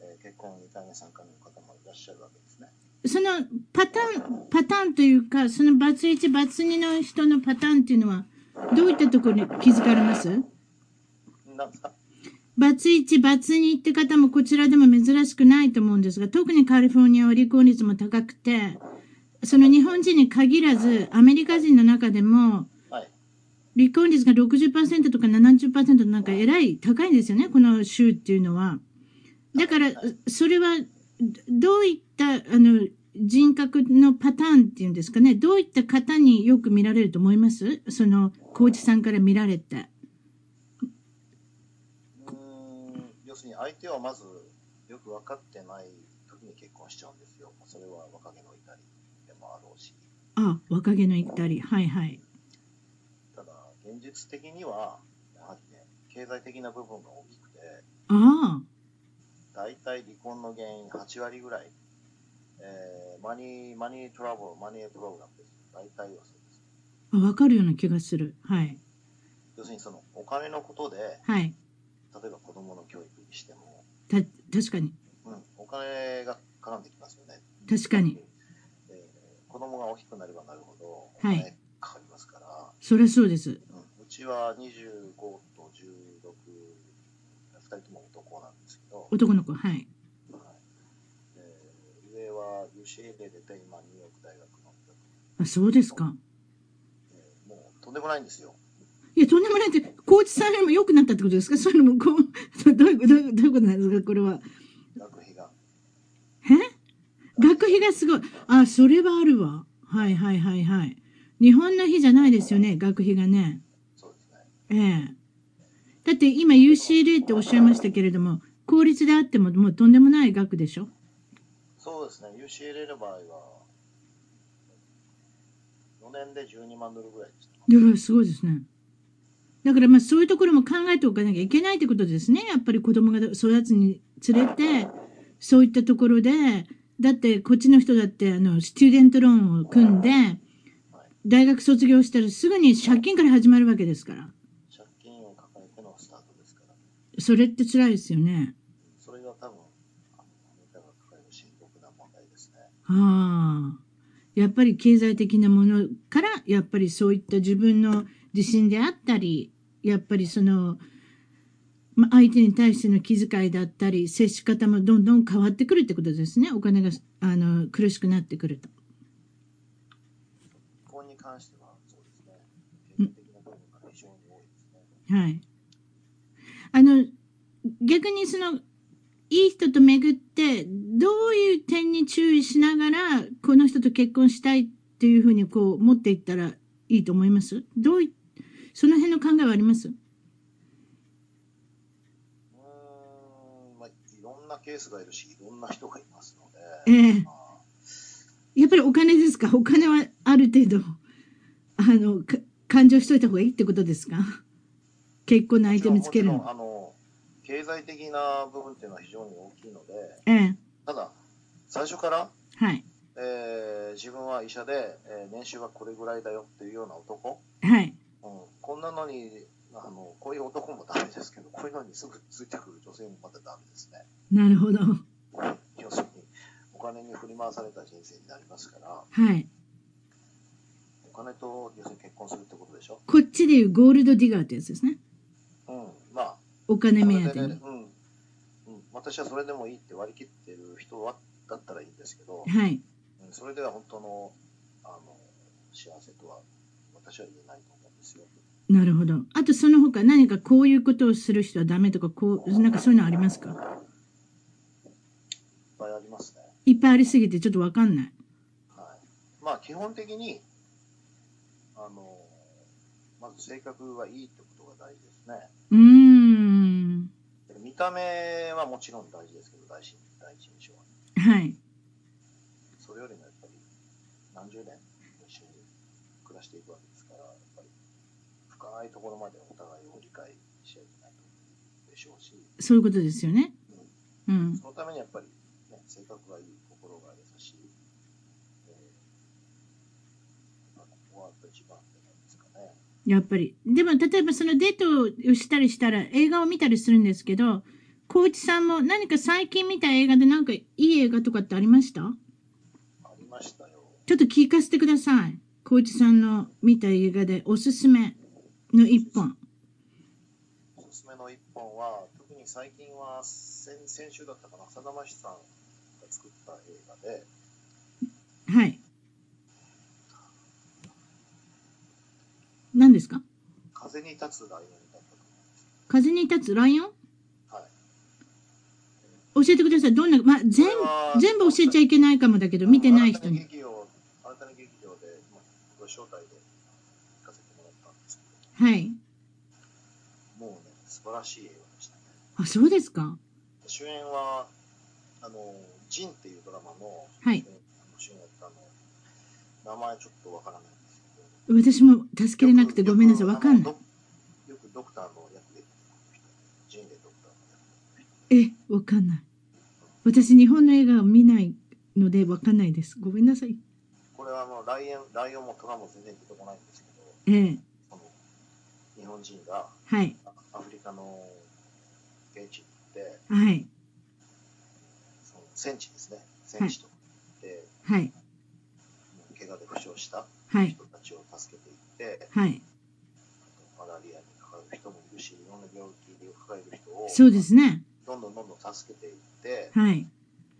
Speaker 2: えー結婚2回目、3回目の方もいらっしゃるわけですね。
Speaker 3: そのパターン、パターンというか、そのバツ1、バツ2の人のパターンっていうのは、どういったところに気づかれます
Speaker 2: なんか、
Speaker 3: バツ1、バツ2って方もこちらでも珍しくないと思うんですが、特にカリフォルニアは離婚率も高くて、その日本人に限らず、アメリカ人の中でも、
Speaker 2: はい。
Speaker 3: 離婚率が60%とか70%なんかえらい高いんですよね、この州っていうのは。だから、それは、どういった、あの、人格のパターンっていうんですかね、どういった方によく見られると思いますその、コーチさんから見られて。
Speaker 2: うーん、要するに相手はまずよく分かってない時に結婚しちゃうんですよ。それは若気の至りでもあろうし。
Speaker 3: あ、若気の至り。はいはい。
Speaker 2: ただ、現実的には、やはりね、経済的な部分が大きくて、
Speaker 3: ああ。
Speaker 2: 大体離婚の原因8割ぐらい、えーマニー、マニートラブル、マニートラブルなんですよ。大体はそうです。
Speaker 3: あわかるような気がする。はい。
Speaker 2: 要するにそのお金のことで
Speaker 3: はい。
Speaker 2: 例えば子どもの教育にしても、
Speaker 3: た、確かに。
Speaker 2: うん、お金が絡んできますよね
Speaker 3: 確かに、
Speaker 2: えー子どもが大きくなればなるほどお
Speaker 3: はい
Speaker 2: 金かかりますから、
Speaker 3: そりゃそうです。
Speaker 2: うん、うちは25と16 2人とも男なんですけど、
Speaker 3: 男の子。はい。
Speaker 2: はいえー上は UCLA で今ニューヨーク大学の学
Speaker 3: あ、そうですか。
Speaker 2: えーもうとんでもないんですよ
Speaker 3: いや、とんでもないって、コーチさんよりも良くなったってことですかそういうのも、こう、 どういう、どういう、どういうことなんですかこれは。
Speaker 2: 学費が
Speaker 3: 学費がすごい。あ、それはあるわ。はいはいはいはい。日本の日じゃないですよね、学費がね。
Speaker 2: そうですね
Speaker 3: ええ。だって今 UCLA っておっしゃいましたけれども、公立であってももうとんでもない額でしょ
Speaker 2: そうですね UCLA の場合は4年で12万ドルぐらいです
Speaker 3: いや、すごいですね。だからまあそういうところも考えておかなきゃいけないってことですね。やっぱり子供が育つにつれて、そういったところで、だってこっちの人だってあの、スチューデントローンを組んで、大学卒業したらすぐに借金から始まるわけですから。
Speaker 2: 借金を抱えてのスタートですから
Speaker 3: それって辛いですよね。
Speaker 2: それが多分あのアメリカが抱える深刻な問題ですね
Speaker 3: ああ。やっぱり経済的なものから、やっぱりそういった自分の自信であったり、やっぱりその、まあ、相手に対しての気遣いだったり、接し方もどんどん変わってくるってことですね。お金が、あの、苦しくなってくると。
Speaker 2: 結婚に関してはそうですね経済的な部分が非常に多いですね
Speaker 3: はい。あの、逆にその、いい人と巡って、どういう点に注意しながら、この人と結婚したいっていうふうにこう、持っていったらいいと思いますどうい、その辺の考えはあります
Speaker 2: うーんまあいろんなケースがいるしいろんな人がいますので、
Speaker 3: ええ
Speaker 2: まあ
Speaker 3: やっぱりお金ですかお金はある程度、あの、か勘定しといた方がいいってことですか結婚の相手見つける
Speaker 2: もちろん
Speaker 3: の。
Speaker 2: あの経済的な部分っていうのは非常に大きいので
Speaker 3: ええ、
Speaker 2: ただ最初から、
Speaker 3: はい。
Speaker 2: えー自分は医者で、えー年収はこれぐらいだよっていうような男、
Speaker 3: はい。
Speaker 2: うん、こんなのにあのこういう男もダメですけどこういうのにすぐついてくる女性もまたダメですね
Speaker 3: なるほど。
Speaker 2: 要するにお金に振り回された人生になりますから
Speaker 3: はい。
Speaker 2: お金と要するに結婚するってことでしょ
Speaker 3: こっちでいうゴールドディガーってやつですね。
Speaker 2: うんまあ
Speaker 3: お金目当
Speaker 2: そ
Speaker 3: て
Speaker 2: れで
Speaker 3: に
Speaker 2: ね。うんうん、私はそれでもいいって割り切ってる人はだったらいいんですけど、
Speaker 3: はい。
Speaker 2: うんそれでは本当のあの幸せとは私は言えないと思うんですよ。
Speaker 3: なるほど。あとその他何かこういうことをする人はダメとか、こう、なんかそういうのありますか
Speaker 2: いっぱいありますね。
Speaker 3: いっぱいありすぎてちょっとわかんない。
Speaker 2: はい、まあ基本的にあのまず性格がいいってことが大事ですね。
Speaker 3: うーん。
Speaker 2: 見た目はもちろん大事ですけど第一第一印象は。
Speaker 3: はい。
Speaker 2: それよりもやっぱり何十年一緒に暮らしていくわけですから、やっぱり深いところまでお互いを理解し合いないとでしょうし、
Speaker 3: そういうことですよね。うん。
Speaker 2: そのためにやっぱり、ね、性格がいい、心が優しい、えーまあ、ここはやっぱり一番じゃないですかね。
Speaker 3: やっぱり。でも、例えばそのデートをしたりしたら映画を見たりするんですけど、コーチさんも何か最近見た映画でなんかいい映画とかってありました
Speaker 2: ありましたよ。
Speaker 3: ちょっと聞かせてください。コーチさんの見た映画でおすすめの一本。
Speaker 2: おすすめの一本は、特に最近は先先週だったかな、浅田真史さんが作った映画で、
Speaker 3: はい。何ですか
Speaker 2: 風に立つライオンだったか
Speaker 3: 風に立つライオン
Speaker 2: な。はい。
Speaker 3: 教えてください。どんな、まあ、全
Speaker 2: これは
Speaker 3: 全部教えちゃいけないかもだけど、見てない人
Speaker 2: 新
Speaker 3: に。
Speaker 2: た劇場新たな劇場で、まあ、ご招待で行かせてもらったんですけ
Speaker 3: はい。
Speaker 2: ど、もうね、素晴らしい映画でしたね。
Speaker 3: あ、そうですか
Speaker 2: 主演は、あの、ジンっていうドラマの、
Speaker 3: はい
Speaker 2: あの主演だったあの、名前ちょっとわからないんですけど、
Speaker 3: 私も助けれなくてごめんなさい。わかんない。
Speaker 2: い。よくドクターの役で、ジンでドクターの役
Speaker 3: え、わかんない。私、日本の映画を見ないので、わかんないです。ごめんなさい。
Speaker 2: これはあの、ライオン、ライオンもトラも全然出てこないんですけど、
Speaker 3: ええ、
Speaker 2: 日本人が
Speaker 3: はい、
Speaker 2: アフリカの現地に行って、
Speaker 3: はい、
Speaker 2: その戦地ですね、戦地とかに行って、
Speaker 3: はい、
Speaker 2: もう怪我で負傷した
Speaker 3: はい、
Speaker 2: 人たちを助けていって、
Speaker 3: はい。
Speaker 2: マラリアにかかる人もいるし、いろんな病気を抱える人を、
Speaker 3: そうですね。
Speaker 2: どんどんどんどん助けていって、
Speaker 3: はい。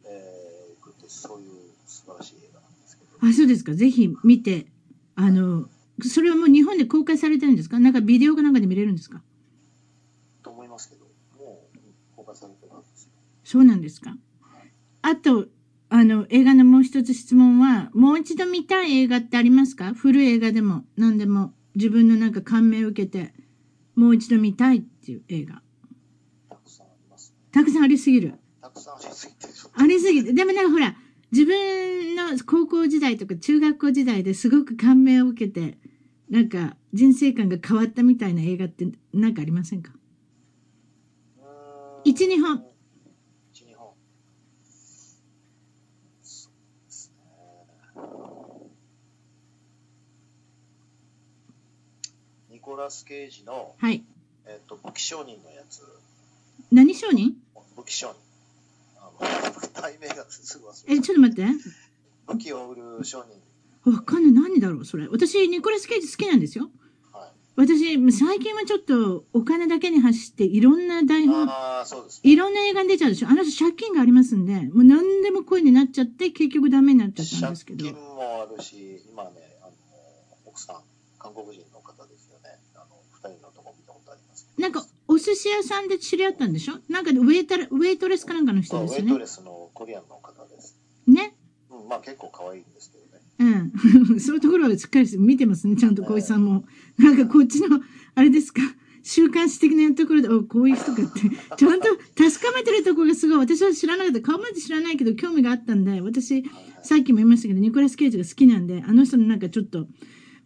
Speaker 2: えー、行くって、そういう素晴らしい映画なんですけど、
Speaker 3: あ、そうですか。ぜひ見て、あの、それはもう日本で公開されてるんですかなんかビデオかなんかで見れるんですか
Speaker 2: と思いますけど、もう公開されてるはずですよ。
Speaker 3: そうなんですか。あと、あの、映画のもう一つ質問は、もう一度見たい映画ってありますか古い映画でも、何でも、自分のなんか感銘を受けて、もう一度見たいっていう映画。
Speaker 2: たくさんありますね。
Speaker 3: たくさんありすぎる。
Speaker 2: たくさんありすぎて、ちょっと
Speaker 3: ありすぎて。でもなんかほら、自分の高校時代とか中学校時代ですごく感銘を受けて、なんか人生観が変わったみたいな映画ってなんかありませんか
Speaker 2: うーん
Speaker 3: 一二本。
Speaker 2: 一二本。そうですね。ニコラス・ケイジの、
Speaker 3: はい。
Speaker 2: えっと武器商人のやつ、
Speaker 3: 何商人
Speaker 2: 武器商人。あの 題名がすぐ忘れ
Speaker 3: え、
Speaker 2: た
Speaker 3: ちょっと待って。
Speaker 2: 武器を売る商人。
Speaker 3: わかんない。何だろうそれ。私、ニコラス・ケイジ好きなんですよ。
Speaker 2: はい。
Speaker 3: 私、最近はちょっとお金だけに走っていろんな台本、
Speaker 2: ああ、そうですね。
Speaker 3: いろんな映画に出ちゃうでしょあの人借金がありますんで、もう何でも声になっちゃって結局ダメになっちゃったん
Speaker 2: 借
Speaker 3: ですけど
Speaker 2: 金。もあるし、今ね、あの奥さん、韓国人の方ですよね。あの二人のとこ見たことありますけど。
Speaker 3: なんか、お寿司屋さんで知り合ったんでしょなんかウェイタレ、ウェイトレスかなんかの人
Speaker 2: そう、ウ
Speaker 3: です
Speaker 2: ェ
Speaker 3: よ
Speaker 2: イト
Speaker 3: ね。
Speaker 2: レスのコリアンの方です。
Speaker 3: ね。
Speaker 2: うん、まあ結構可愛いんですけどね。
Speaker 3: うん。 そういうところはしっかり見てますね。ちゃんと小石さんも。なんかこっちの、あれですか。週刊誌的なところで、おこういう人かって。ちゃんと確かめてるところがすごい。私は知らなかった。顔まで知らないけど、興味があったんで、私、
Speaker 2: はいはい
Speaker 3: さっきも言いましたけど、ニコラス・ケイジが好きなんで、あの人のなんかちょっと、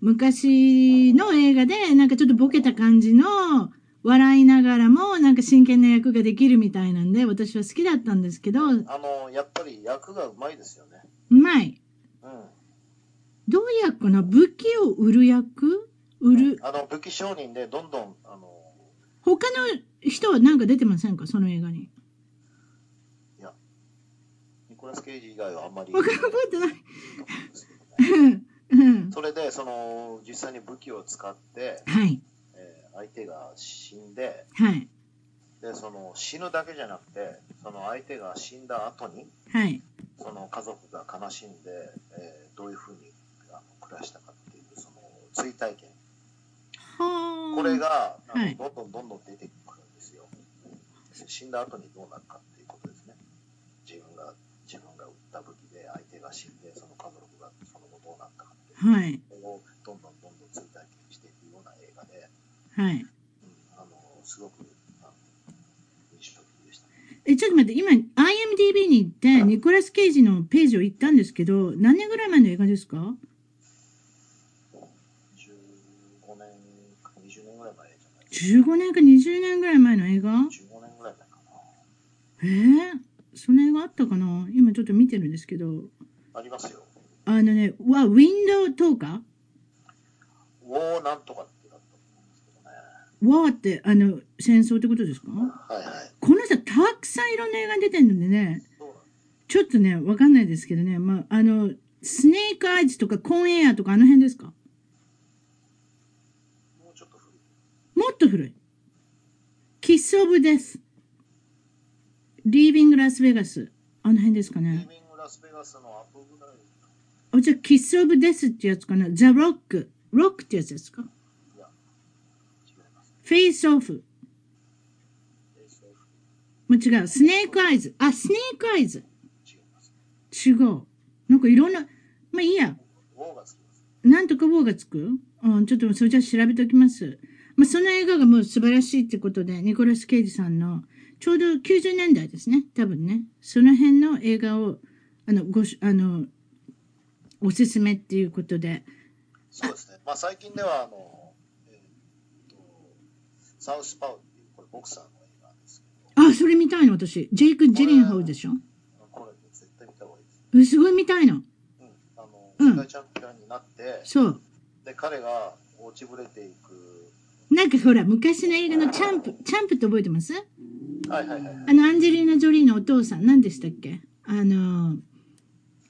Speaker 3: 昔の映画で、なんかちょっとボケた感じの、笑いながらも、なんか真剣な役ができるみたいなんで、私は好きだったんですけど、う
Speaker 2: あの、やっぱり役がうまいですよね。
Speaker 3: まい。
Speaker 2: うん。
Speaker 3: どういう役かな武器を売る役売る。
Speaker 2: あの、武器商人でどんどん、あの、
Speaker 3: 他の人はなんか出てませんかその映画に。
Speaker 2: ニコラス・ケイジ以外はあんまり。
Speaker 3: わかん覚えてない。う
Speaker 2: い。
Speaker 3: ん
Speaker 2: それで、その、実際に武器を使って、
Speaker 3: はい。
Speaker 2: えー相手が死んで、
Speaker 3: はい。
Speaker 2: で、その、死ぬだけじゃなくて、その相手が死んだ後に、
Speaker 3: はい。
Speaker 2: その家族が悲しんで、えーどういうふうにあの暮らしたかっていう、その、追体験。
Speaker 3: はあ。
Speaker 2: これ。が、あの
Speaker 3: はい
Speaker 2: どんどんどんどん出てくるんですよ。死んだ後にどうなるかっていうことですね。自分が、自分が撃った武器で相手が死んで、その家族がその後どうなったかっていう
Speaker 3: はい。
Speaker 2: のをどんどんどんどん追体験していくような映画で、
Speaker 3: はい。
Speaker 2: うん、あの、すごく、あの印象的でしたね。
Speaker 3: え、ちょっと待って、今、IMDB に行って、ニコラス・ケイジのページを行ったんですけど、何年ぐらい前の映画ですか
Speaker 2: 15年か20年ぐらい前じゃないですか。
Speaker 3: ?15 年か20年ぐらい前の映画
Speaker 2: 15年ぐらい前か
Speaker 3: えー、その映画あったかな今ちょっと見てるんですけど。
Speaker 2: な。ありますよ。
Speaker 3: あのね、わ、ウィンドウトーカー
Speaker 2: ウォーなんとかってだったと思うんですけどね。
Speaker 3: わーって、あの、戦争ってことですか
Speaker 2: はいはい。
Speaker 3: この人たくさんいろんな映画に出てるのでね、
Speaker 2: そうなんです
Speaker 3: ちょっとね、わかんないですけどね、まあ、あの、スネークアイズとかコーンエアとかあの辺ですか
Speaker 2: もうちょっと古い。
Speaker 3: もっと古い。キスオブデス。リービングラスベガス。あの辺ですか
Speaker 2: リー
Speaker 3: ね。
Speaker 2: ビングラスベガスのアップぐらいい
Speaker 3: あ、じゃあキスオブデスってやつかな。ザ・ロック。ロックってやつですか
Speaker 2: や、違います。
Speaker 3: フェイスオフ。
Speaker 2: SF
Speaker 3: もう違う。スネークアイズ。あ、スネークアイズ。
Speaker 2: 違います。
Speaker 3: 違う。なんかいろんな、まあいいや。
Speaker 2: ウォーがつきます。
Speaker 3: なんとか棒がつくうん、ちょっとそれじゃあ調べておきます。まあ、その映画がもう素晴らしいってことで、ニコラス・ケイジさんの、ちょうど90年代ですね、多分ね。その辺の映画を、あの、ごし、あの、おすすめっていうことで。
Speaker 2: そうですね。まあ最近では、あの、えーっと、サウスパウっていう、これボクサーの映画ですけ
Speaker 3: あ、それ見たいの、私。ジェイク・ジェリンハウでしょ
Speaker 2: ど、これ絶対見た方がいいです。
Speaker 3: うんすごい見たいの。
Speaker 2: うん。あの、
Speaker 3: うん
Speaker 2: 世界チャンピオンになって、
Speaker 3: そう。
Speaker 2: で、彼が、え落ちぶれていく。
Speaker 3: なんかほら、昔の映画のチャンプ、チャンプって覚えてます
Speaker 2: はいはいはい。
Speaker 3: あの、アンジェリーナ・ジョリーのお父さん、何でしたっけあの、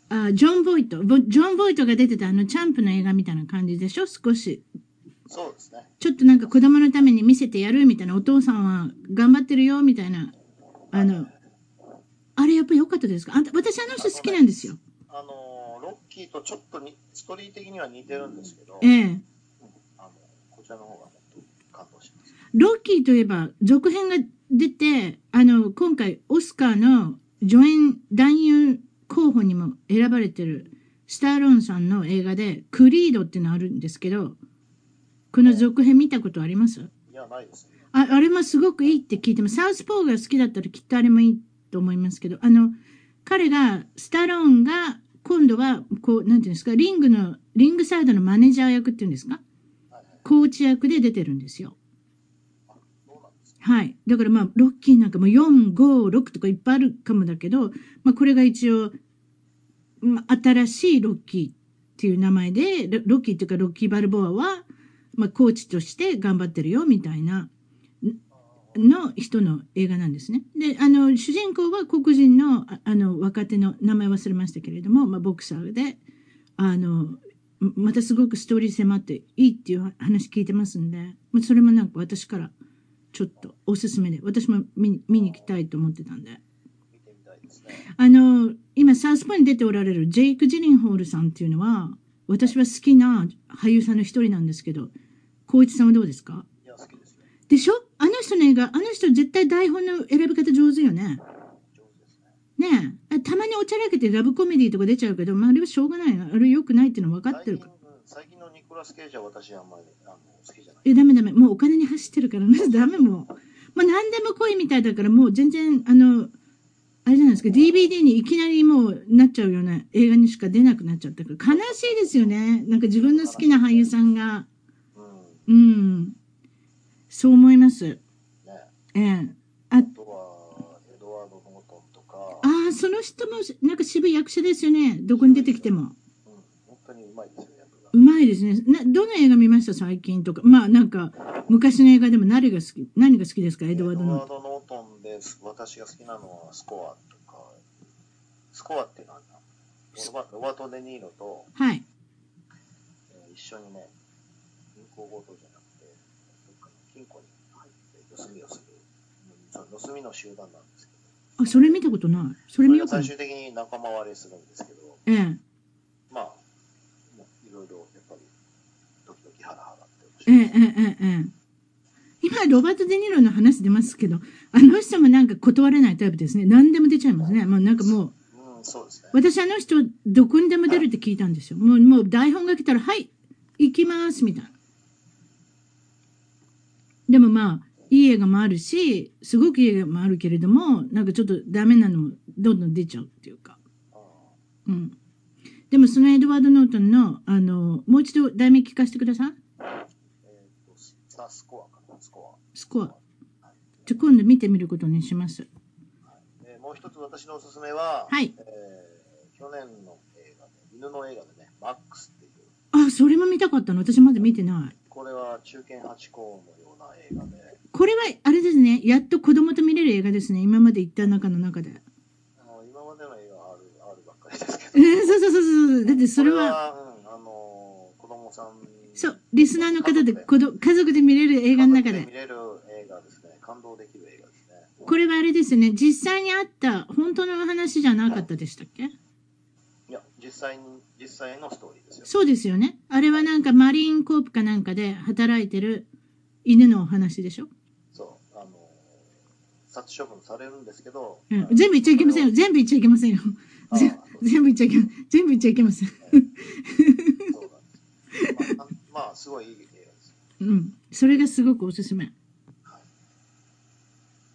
Speaker 3: あ、ジョン・ボイト。ボジョン・ボイトが出てたあの、チャンプの映画みたいな感じでしょ少し。
Speaker 2: そうですね。
Speaker 3: ちょっとなんか子供のために見せてやるみたいな、お父さんは頑張ってるよ、みたいな。あの、あれやっぱ良かったですかあんた、私あの人好きなんですよ。
Speaker 2: あのーロッキーとちょっとにストーリー的には似てるんですけど、
Speaker 3: ええ。
Speaker 2: あのこちらの方がもっと感動します。
Speaker 3: ロッキーといえば、続編が出て、あの、今回、オスカーの助演男優候補にも選ばれてる、スターローンさんの映画で、クリードってのあるんですけど、この続編見たことあります
Speaker 2: いや、ないですね。
Speaker 3: ああれもすごくいいって聞いてます。サウスポーが好きだったらきっとあれもいいと思いますけど、あの、彼が、スタローンが、今度は、こう、なんていうんですか、リングの、リングサイドのマネージャー役っていうんですか
Speaker 2: はいはい。
Speaker 3: コーチ役で出てるんですよ。
Speaker 2: どうなんですか
Speaker 3: はい。だからまあ、ロッキーなんかも4、5、6とかいっぱいあるかもだけど、まあ、これが一応、まあ、新しいロッキーっていう名前で、ロロッキーっていうかロッキー・バルボアは、まあ、コーチとして頑張ってるよ、みたいな、んの人の映画なんですね。で、あの、主人公は黒人の、ああの、若手の名前忘れましたけれども、まあ、ボクサーで、あの、ままたすごくストーリー迫っていいっていう話聞いてますんで、まあ、それもなんか私からちょっとおすすめで私も見に見に行きたいと思ってたんで
Speaker 2: 見てみたいですね。
Speaker 3: あの今サウスポーに出ておられるジェイク・ジリンホールさんっていうのは私は好きな俳優さんの一人なんですけど光一さんはどうですか
Speaker 2: いや、好きですね。
Speaker 3: でしょあの人の映画あの人絶対台本の選び方上手よね
Speaker 2: 上手ですね。
Speaker 3: ねえあたまにおちゃらけてラブコメディとか出ちゃうけど、まあ、あれはしょうがないあれ良くないっていうの分かってるから
Speaker 2: 最近最近のニコラス・ケイジは私あんまりあの好きじゃない。
Speaker 3: え、ダメダメ。もうお金に走ってるからね。 ダメもう。まあ何でも恋みたいだからもう全然、あの、あれじゃないですか、DVD にいきなりもうなっちゃうような映画にしか出なくなっちゃったから、悲しいですよね。なんか自分の好きな俳優さんが、
Speaker 2: うん。
Speaker 3: うん、そう思います。
Speaker 2: ね。
Speaker 3: ええ。
Speaker 2: あとは、エドワード・ノートンとか、
Speaker 3: ああ、その人もなんか渋い役者ですよね。どこに出てきても。
Speaker 2: うん、本当にうまいですよ、役が。
Speaker 3: うまいですね。な、どの映画見ました最近とか。まあなんか、昔の映画でも何が好き、何が好きですかエ
Speaker 2: エ
Speaker 3: ド
Speaker 2: ド
Speaker 3: ワ
Speaker 2: ワ
Speaker 3: ード
Speaker 2: ード・
Speaker 3: の。
Speaker 2: ノートンです。私が好きなのはスコアとか、スコアっていうのはなロバロバート・デ・ニーロと、
Speaker 3: はい。
Speaker 2: えー一緒にね、銀行強盗じゃなくて、どっかの金庫に入って盗みをする、うん盗みの集団なんですけど、
Speaker 3: あ、それ見たことない。そ
Speaker 2: そ
Speaker 3: れ見
Speaker 2: れ
Speaker 3: よう
Speaker 2: が
Speaker 3: かな
Speaker 2: 最。終的に仲間割れするんですけど、
Speaker 3: ええ。
Speaker 2: まあ、もういろいろやっぱり、ドキドキハラハラって面
Speaker 3: ええ
Speaker 2: 白い、
Speaker 3: ええええええ。今、ロバート・デ・ニーロの話出ますけど、あの人もなんか断れないタイプですね。何でも出ちゃいますね。もうなんかもう、
Speaker 2: うん、そうですね。
Speaker 3: 私あの人、どこにでも出るって聞いたんですよ。もう、もう台本が来たら、はい、行きます、みたいな。でもまあ、いい映画もあるし、すごくいい映画もあるけれども、なんかちょっとダメなのもどんどん出ちゃうっていうか。
Speaker 2: あ
Speaker 3: うん。でもそのエドワード・ノートンの、あの、もう一度題名聞かせてください。
Speaker 2: ーえっ、と、スタースコアかな、スコ
Speaker 3: スコア。
Speaker 2: ア。はい
Speaker 3: じゃあ今度見てみることにします。
Speaker 2: えーもう一つ私のおすすめは、
Speaker 3: はい
Speaker 2: えー去年の映画で、犬の映画でね、マックスっていう、
Speaker 3: あ、それも見たかったの。私まだ見てない。
Speaker 2: これは中堅八公のような映画で、
Speaker 3: これは、あれですね。やっと子供と見れる映画ですね。今まで行った中の中で。
Speaker 2: あの今までの映画はあるあるばっかりです
Speaker 3: え
Speaker 2: けど、
Speaker 3: ー、そうそうそうそう。だってそれは、
Speaker 2: これはうん、あのー子供さんに
Speaker 3: そう、リスナーの方で、子ど家族で見れる映
Speaker 2: 映
Speaker 3: 画の中で
Speaker 2: 見。れる映画ですね、感動できる映画ですね。
Speaker 3: これはあれですよね。実際にあった、本当のお話じゃなかったでしたっけ
Speaker 2: いや、実際に、実際のストーリーですよ。
Speaker 3: そうですよね。あれはなんかマリーンコープかなんかで働いてる犬のお話でしょ、
Speaker 2: そう、あのー殺処分されるんですけど、
Speaker 3: うん、全部言っちゃいけませんよ。全部言っちゃいけませんよ。
Speaker 2: あー
Speaker 3: ぜ全部言っちゃいけ、全部言っちゃいけません。
Speaker 2: そうなん ですまああ、まあ、すごいいい映画です。
Speaker 3: うん、それがすごくおすすめ。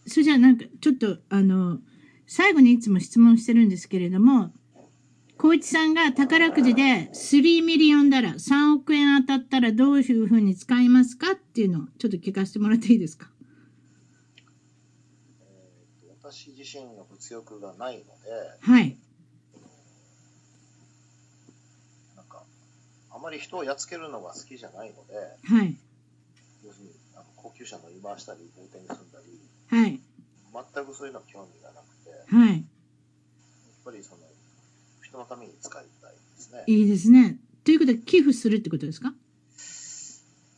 Speaker 3: それじゃあなんかちょっとあの最後にいつも質問してるんですけれども光一さんが宝くじで3ミリオンダラ3億円当たったらどういうふうに使いますかっていうのをちょっと聞かせてもらっていいですか
Speaker 2: えーと私自身の物欲がないので、
Speaker 3: はい
Speaker 2: なんか、ああまり人をやっつけるのが好きじゃないので、
Speaker 3: はい。
Speaker 2: 要するにあの高級車乗り回したり、豪邸に住んだり、
Speaker 3: はい。
Speaker 2: 全くそういうのは興味がなくて、やっ
Speaker 3: はい。
Speaker 2: ぱりその人のために使いたいですね。
Speaker 3: いいですね。ということで、寄付するってことですか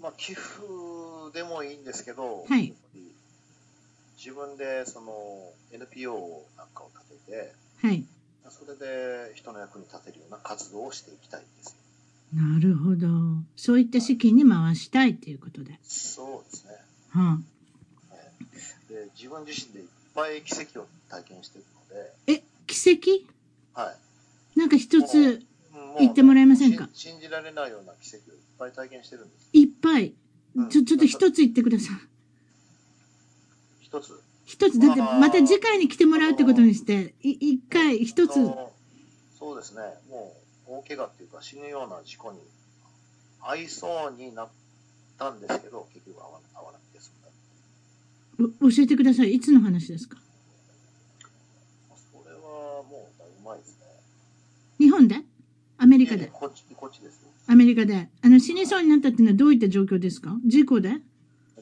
Speaker 2: まあ、寄付でもいいんですけど、
Speaker 3: はい
Speaker 2: やっぱり自分でその NPO なんかを立てて、
Speaker 3: はい。
Speaker 2: それで人の役に立てるような活動をしていきたいんですよ。
Speaker 3: なるほど。そういった資金に回したいということで。
Speaker 2: そうですね。
Speaker 3: はあ、
Speaker 2: で自分自身でいっぱい奇跡を体験しているので、
Speaker 3: え、奇跡
Speaker 2: はい。
Speaker 3: なんか一つ
Speaker 2: も
Speaker 3: 言ってもらえませんか
Speaker 2: 信信じられないような奇跡をいっぱい体験してるんです。
Speaker 3: いっぱい。
Speaker 2: うん
Speaker 3: ちょ、ちょっと一つ言ってください。
Speaker 2: 一つ。
Speaker 3: 一つ、だって
Speaker 2: あー
Speaker 3: また次回に来てもらうってことにして、い一回、一つ。は
Speaker 2: あのそうですね。もう大怪我っていうか死ぬような事故に合いそうになったんですけど、結局合わ合わなくて済んだ。
Speaker 3: 教えてください。いつの話ですか
Speaker 2: それはもうだいぶ前ですね。
Speaker 3: 日本でアメ
Speaker 2: ア
Speaker 3: リカで
Speaker 2: こっち、こっちですよ。
Speaker 3: アメリカで。あの、死にそうになったっていうのはどういった状況ですか事故で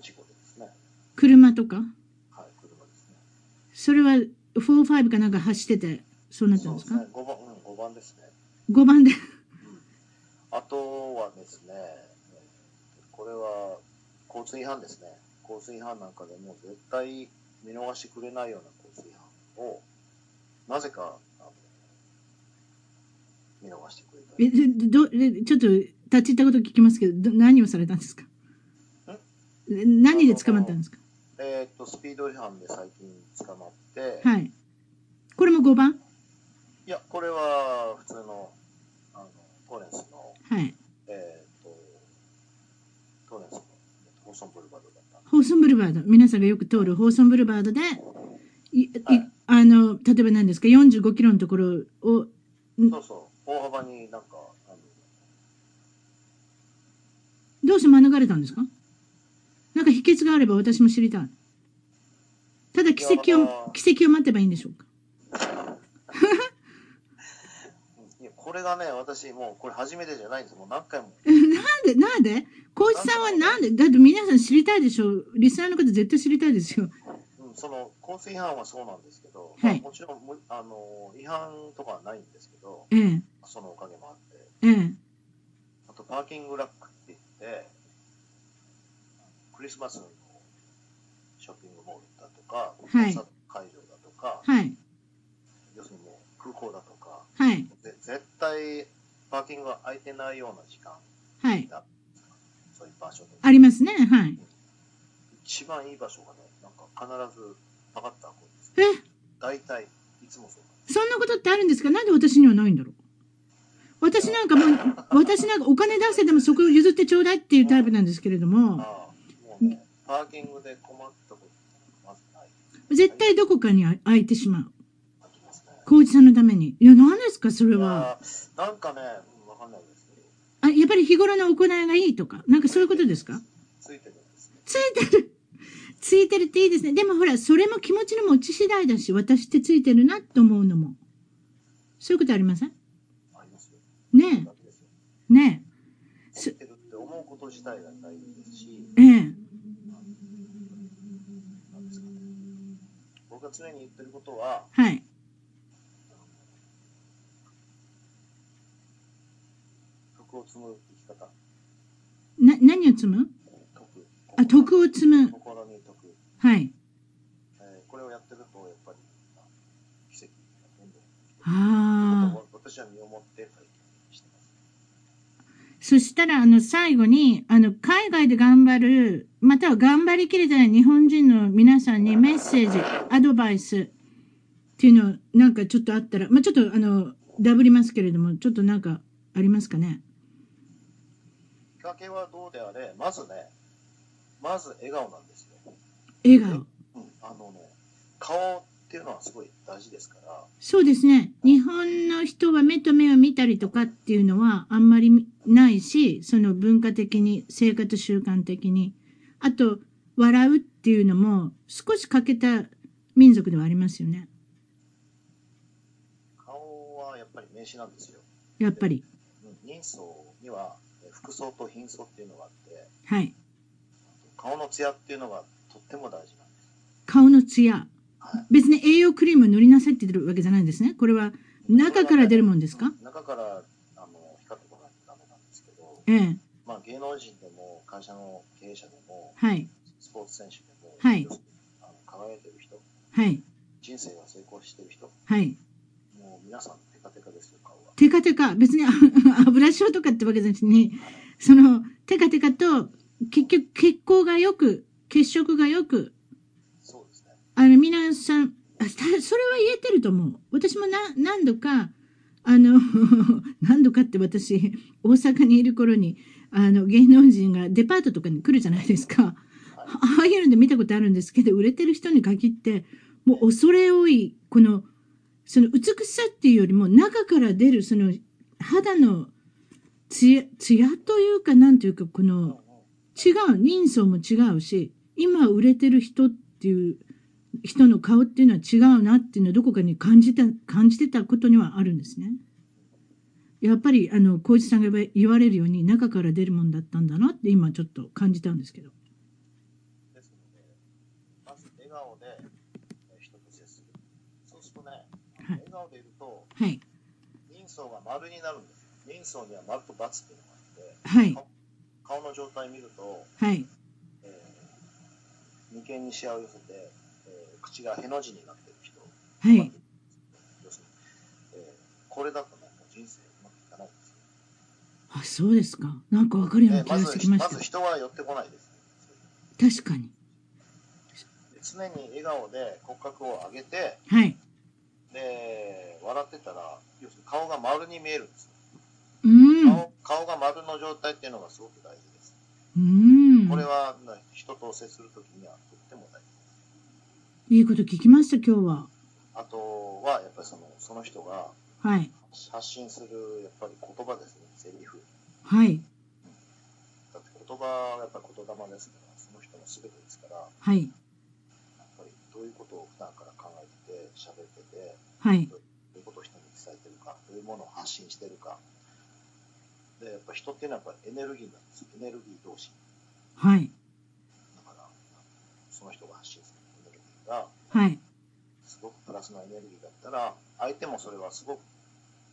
Speaker 2: 事故でですね。
Speaker 3: 車とか
Speaker 2: はい、車ですね。
Speaker 3: それは4-5かなんか走ってて、そうなったんです
Speaker 2: そうで
Speaker 3: か
Speaker 2: すね。5番、うん、5番ですね。
Speaker 3: ?5 番で。
Speaker 2: あとはですね、これは交通違反ですね。交通違反なんかでも絶対見逃してくれないような交通違反を、なぜか、あの見逃してくれた
Speaker 3: え、
Speaker 2: り。
Speaker 3: ででど、でちょっと立ち入ったこと聞きますけど、ど何をされたんですかえ何で捕まったんですか
Speaker 2: えーっと、スピード違反で最近捕まって、い、
Speaker 3: はい。これも5番
Speaker 2: や、これは普通の、あの、トーレンスの、
Speaker 3: はい。
Speaker 2: えーっと、トーレンスの、ホーソンブルバードだったんで
Speaker 3: ホーソンブルバード。皆さんがよく通るホーソンブルバードで、いい
Speaker 2: はい
Speaker 3: あの、例えば何ですか ?45 キロのところを、
Speaker 2: そうそう、大幅になんか、あの
Speaker 3: どうして免れたんですかなんか秘訣があれば私も知りたい。ただ奇
Speaker 2: い
Speaker 3: 跡
Speaker 2: や
Speaker 3: を
Speaker 2: ー、
Speaker 3: 奇跡を待てばいいんでしょうか
Speaker 2: いやこれがね、私、もうこれ初めてじゃないんです、もう何回も。
Speaker 3: えなんで、なんで浩一さんはなんでだって皆さん知りたいでしょうリスナーの方絶対知りたいですよ。
Speaker 2: うん、その交通違反はそうなんですけど、
Speaker 3: はい
Speaker 2: まあもちろんむあの違反とかはないんですけど、
Speaker 3: ええ、
Speaker 2: そのおかげもあって、
Speaker 3: ええ。
Speaker 2: あとパーキングラックって言って、クリスマスのショッピングモールだとか、コンサ
Speaker 3: はい
Speaker 2: ート会場だとか、
Speaker 3: はい、
Speaker 2: 要するにもう空港だとか、
Speaker 3: はい、
Speaker 2: ぜ絶対パーキングが空いてないような時間、
Speaker 3: はい。
Speaker 2: そういう場所で、
Speaker 3: ありますね、はい。
Speaker 2: 一番いい場所がね、なんか必ず分かったわけです。
Speaker 3: え、
Speaker 2: 大体、いつもそうなんです
Speaker 3: そんなことってあるんですかなんで私にはないんだろう私なんかもう、私なんかお金出せでもそこを譲ってちょうだいっていうタイプなんですけれども、
Speaker 2: ああもうね、パーキングで困ったことまずない。
Speaker 3: 絶対どこかにあ空いてしまう。
Speaker 2: ありますね。
Speaker 3: 浩一さんのために。いや、何ですかそれは。
Speaker 2: いやなんかね、うんわかんないですけど、
Speaker 3: あ、やっぱり日頃の行いがいいとか、なんかそういうことですか
Speaker 2: ついてるんですね。
Speaker 3: ついてる。 ついてるっていいですね。でもほら、それも気持ちの持ち次第だし、私ってついてるなと思うのも。そういうことありません
Speaker 2: ありますよ。
Speaker 3: ね
Speaker 2: だけですよ。
Speaker 3: え、ね
Speaker 2: ついてるって思うこと自体が大事ですし、
Speaker 3: え、ええ。
Speaker 2: なんですかね。僕が常に言ってることは、
Speaker 3: はい。
Speaker 2: 徳を積む生き方。
Speaker 3: な、何を積む
Speaker 2: 徳。
Speaker 3: あ、徳を積む。
Speaker 2: 心に徳。
Speaker 3: はい。
Speaker 2: えーこれをやってると、やっぱり、まあ奇跡がどんどん
Speaker 3: ああ。
Speaker 2: 私は身をもって体験してます。
Speaker 3: そしたら、あの、最後に、あの、海外で頑張る、または頑張りきれてない日本人の皆さんにメッセージ、アドバイスっていうの、なんかちょっとあったら、まあ、ちょっと、あの、ダブりますけれども、ちょっとなんかありますかね。
Speaker 2: きっかけはどうであれ、まずね、まず笑顔なんですよ。
Speaker 3: 笑顔。
Speaker 2: うん、あのね、顔っていうのはすごい大事ですから、
Speaker 3: そうですね。日本の人は目と目を見たりとかっていうのはあんまりないし、その文化的に、生活習慣的に。あと、笑うっていうのも少し欠けた民族ではありますよね。
Speaker 2: 顔はやっぱり名刺なんですよ。
Speaker 3: やっぱり。
Speaker 2: うん、人相には服装と品装っていうのがあって、
Speaker 3: はい。
Speaker 2: 顔のツヤっていうのがとっても大事なんです。
Speaker 3: 顔のツヤ
Speaker 2: は。
Speaker 3: 別に栄養クリームを塗りなさいって言ってるわけじゃないんですね。これは中から出るもんですか
Speaker 2: 中からあの光ってこないとダメなんですけど、
Speaker 3: ええ。
Speaker 2: まあ、芸能人でも会社の経営者でも
Speaker 3: はい。
Speaker 2: スポーツ選手でも、
Speaker 3: はい
Speaker 2: あの輝いてる人
Speaker 3: はい。
Speaker 2: 人生が成功してる人
Speaker 3: はい。
Speaker 2: もう皆さんテカテカですよ顔は
Speaker 3: テカテカ。別に あ油症とかってわけじゃなくてね、その、テカテカと、結局血行が良く、血色が良く、
Speaker 2: そうですね
Speaker 3: あの、皆さん、あたそれは言えてると思う。私もな何度か、あの、 何度かって私、大阪にいる頃に、あの、芸能人がデパートとかに来るじゃないですか。あああいうので見たことあるんですけど、売れてる人に限って、もう恐れ多い、この、その美しさっていうよりも、中から出る、その、肌のツヤ、ツヤというか、なんというか、この、違う人相も違うし今売れてる人っていう人の顔っていうのは違うなっていうのはどこかに感じた感じてたことにはあるんですね。やっぱりあの浩一さんが言わ言われるように中から出るもんだったんだなって今ちょっと感じたんですけど。
Speaker 2: ですのでまず笑顔でえー人と接するそうするとね
Speaker 3: はい
Speaker 2: 笑顔でいると
Speaker 3: はい
Speaker 2: 人相が丸になるんです人相には丸と×っていうのがあって
Speaker 3: はい
Speaker 2: 顔の状態見ると、
Speaker 3: はい
Speaker 2: えー眉間にしわを寄せて、えー口がへの字になってる人
Speaker 3: はい
Speaker 2: 要するに、えーこれだとねもう人生うまくいかないんですよ
Speaker 3: あそうですかなんかわかるような
Speaker 2: えー
Speaker 3: 気
Speaker 2: ま
Speaker 3: が
Speaker 2: ず
Speaker 3: してきま
Speaker 2: ま
Speaker 3: し
Speaker 2: ず
Speaker 3: た。
Speaker 2: 人は寄ってこないです、
Speaker 3: 確かに
Speaker 2: で常に笑顔で骨格を上げて
Speaker 3: はい
Speaker 2: で笑ってたら要するに顔が丸に見えるんですよ、
Speaker 3: うんう
Speaker 2: 顔顔が丸の状態っていうのがすごく大事です、
Speaker 3: ん
Speaker 2: これは、ね、人と接するときにはとっても大事
Speaker 3: いいこと聞きました今日は
Speaker 2: あとはやっぱりそのその人が
Speaker 3: はい
Speaker 2: 発信するやっぱり言葉ですねセリフ
Speaker 3: はい
Speaker 2: だって言葉はやっぱり言霊ですからその人の全てですからや
Speaker 3: はい
Speaker 2: っぱりどういうことを普段から考えてて喋ってて
Speaker 3: はい
Speaker 2: どういうことを人に伝えてるか、どういうものを発信してるか。で、やっぱ人っていうのはやっぱエネルギーなんです。エネルギー同士。
Speaker 3: はい
Speaker 2: だから、その人が発信するエネルギーが、
Speaker 3: はい
Speaker 2: すごくプラスのエネルギーだったら、相手もそれはすごく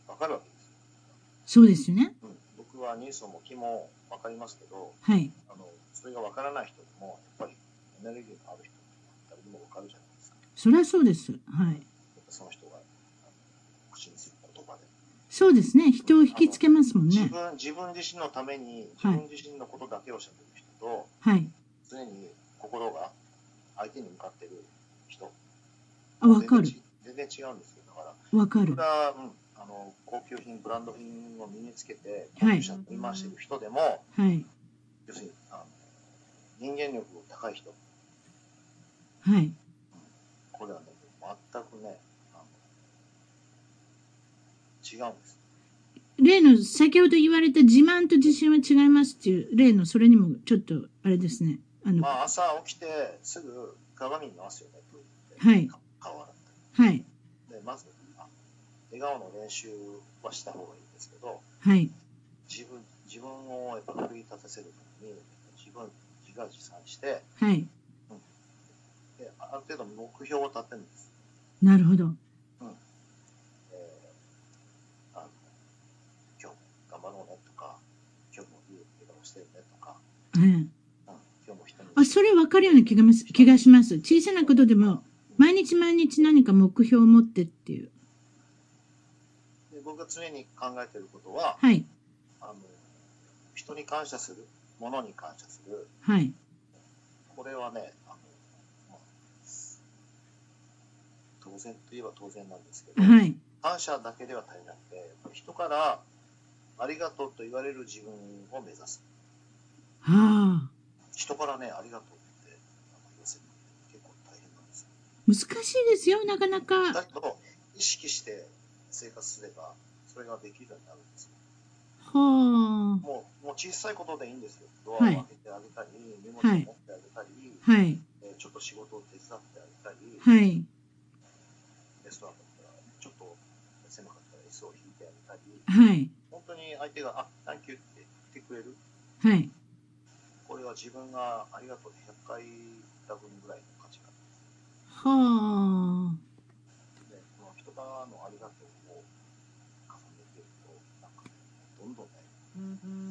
Speaker 2: わかるわけです
Speaker 3: そうですよね
Speaker 2: よ。うん、僕はニュースも気もわかりますけど、
Speaker 3: はい
Speaker 2: あの、それがわからない人でも、やっぱりエネルギーのある人って誰でもわかるじゃないですか。
Speaker 3: そりゃそうです。はい。
Speaker 2: やっぱその人が、あの口にする言葉で。
Speaker 3: そうですね。人を引きつけますもん
Speaker 2: 自
Speaker 3: ね。
Speaker 2: 分自分自身のために自
Speaker 3: はい
Speaker 2: 分自身のことだけをしゃべる人と、
Speaker 3: はい。
Speaker 2: 常に心が相手に向かってる人
Speaker 3: あ、わかる。
Speaker 2: 全然違全然違うんですよだから
Speaker 3: わかる
Speaker 2: 僕。が、うん、あの高級品ブランド品を身につけて高
Speaker 3: はい
Speaker 2: 級車を振り回してる人でも、
Speaker 3: はい。
Speaker 2: 要するにあの人間力の高い人
Speaker 3: はい。
Speaker 2: これはね全くねあの違うんです
Speaker 3: 例の先ほど言われた自慢と自信は違いますっていう例のそれにもちょっとあれですね。あの、
Speaker 2: ま
Speaker 3: は
Speaker 2: あ朝起きてすぐ鏡見ますよねプールって
Speaker 3: はい
Speaker 2: か顔洗って
Speaker 3: い。
Speaker 2: でまずあ笑顔の練習はした方がいいんですけど
Speaker 3: はい。
Speaker 2: 自分自分をやっぱ奮い立たせるために自分自画自賛して
Speaker 3: はい。
Speaker 2: であある程度目標を立てるんです、
Speaker 3: なるほど。
Speaker 2: えーあの今日も頑張ろうねとか今日もいい笑顔してるねとか、
Speaker 3: はい。
Speaker 2: うん、今日も人に
Speaker 3: あ、それわかるような気がます気がします。小さなことでも、毎日毎日何か目標を持ってっていう。
Speaker 2: で僕が常に考えてることは
Speaker 3: はい。
Speaker 2: あの人に感謝するものに感謝する
Speaker 3: はい。
Speaker 2: これはね、あの、まあ、当然といえば当然なんですけど、
Speaker 3: はい。
Speaker 2: 感謝だけでは足りなくて、やっぱり人からありがとうと言われる自分を目指す。
Speaker 3: はあ。
Speaker 2: 人からね、ありがとうってあの言わせるのって結構大変なんですよ。
Speaker 3: 難しいですよ、なかな
Speaker 2: だ
Speaker 3: か。
Speaker 2: けど、意識して生活すれば、それができるようになるんですよ。
Speaker 3: はあ。
Speaker 2: もう、もう小さいことでいいんですよ。ドアを
Speaker 3: は
Speaker 2: 開
Speaker 3: い
Speaker 2: けてあげたり、荷物を
Speaker 3: は
Speaker 2: 持
Speaker 3: い
Speaker 2: ってあげたり、
Speaker 3: はい。
Speaker 2: えーちょっと仕事を手伝ってあげたり、
Speaker 3: はい。
Speaker 2: レストランだったら、ちょっと狭かったら S を引いてあげたり、
Speaker 3: はい。
Speaker 2: 本当に相手が、あ、サンキューって言ってくれる。
Speaker 3: はい。
Speaker 2: これは自分がありがとうで100回言った分ぐらいの価値がある
Speaker 3: はあ。
Speaker 2: ので、この人からのありがとうを重ねていくと、なんか、どんどんね、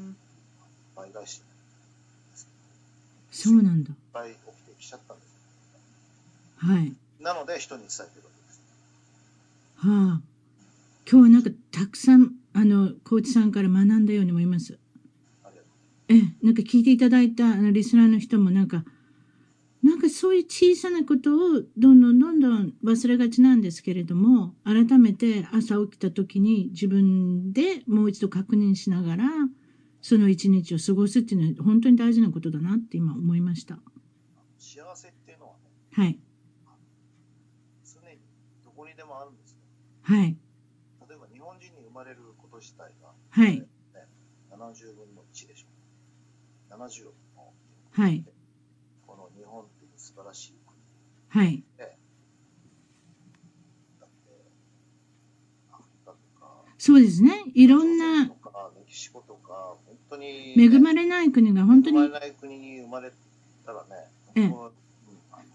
Speaker 2: 倍返しですけ
Speaker 3: そ
Speaker 2: ど、
Speaker 3: うなんだ。
Speaker 2: いっぱい起きてきちゃったんですよ。
Speaker 3: はい。
Speaker 2: なので、人に伝えてるわけです。
Speaker 3: はあ。今日はなんかたくさん、あの、コーチさんから学んだように思います。
Speaker 2: ありがとう
Speaker 3: ええ、なんか聞いていただいたあのリスナーの人もなんか、なんかそういう小さなことをどんどんどんどん忘れがちなんですけれども、改めて朝起きた時に自分でもう一度確認しながら、その一日を過ごすっていうのは本当に大事なことだなって今思いました。
Speaker 2: 幸せっていうのはね、
Speaker 3: はい。
Speaker 2: 常にどこにでもあるんですよ。
Speaker 3: はい。
Speaker 2: 例えば、日本人に生まれること自体が
Speaker 3: はい。
Speaker 2: 70分の1でしょ。70億の
Speaker 3: はい。
Speaker 2: この日本っていう素晴らしい国
Speaker 3: はい。
Speaker 2: だって、アフリカとか、
Speaker 3: そうですね。いろん
Speaker 2: 朝
Speaker 3: な
Speaker 2: 鮮とかメキシコとか、本当に、
Speaker 3: 恵まれない国が本当
Speaker 2: 恵ま
Speaker 3: に
Speaker 2: れない国に生まれたらね、
Speaker 3: ええ
Speaker 2: 本当はうんあの悲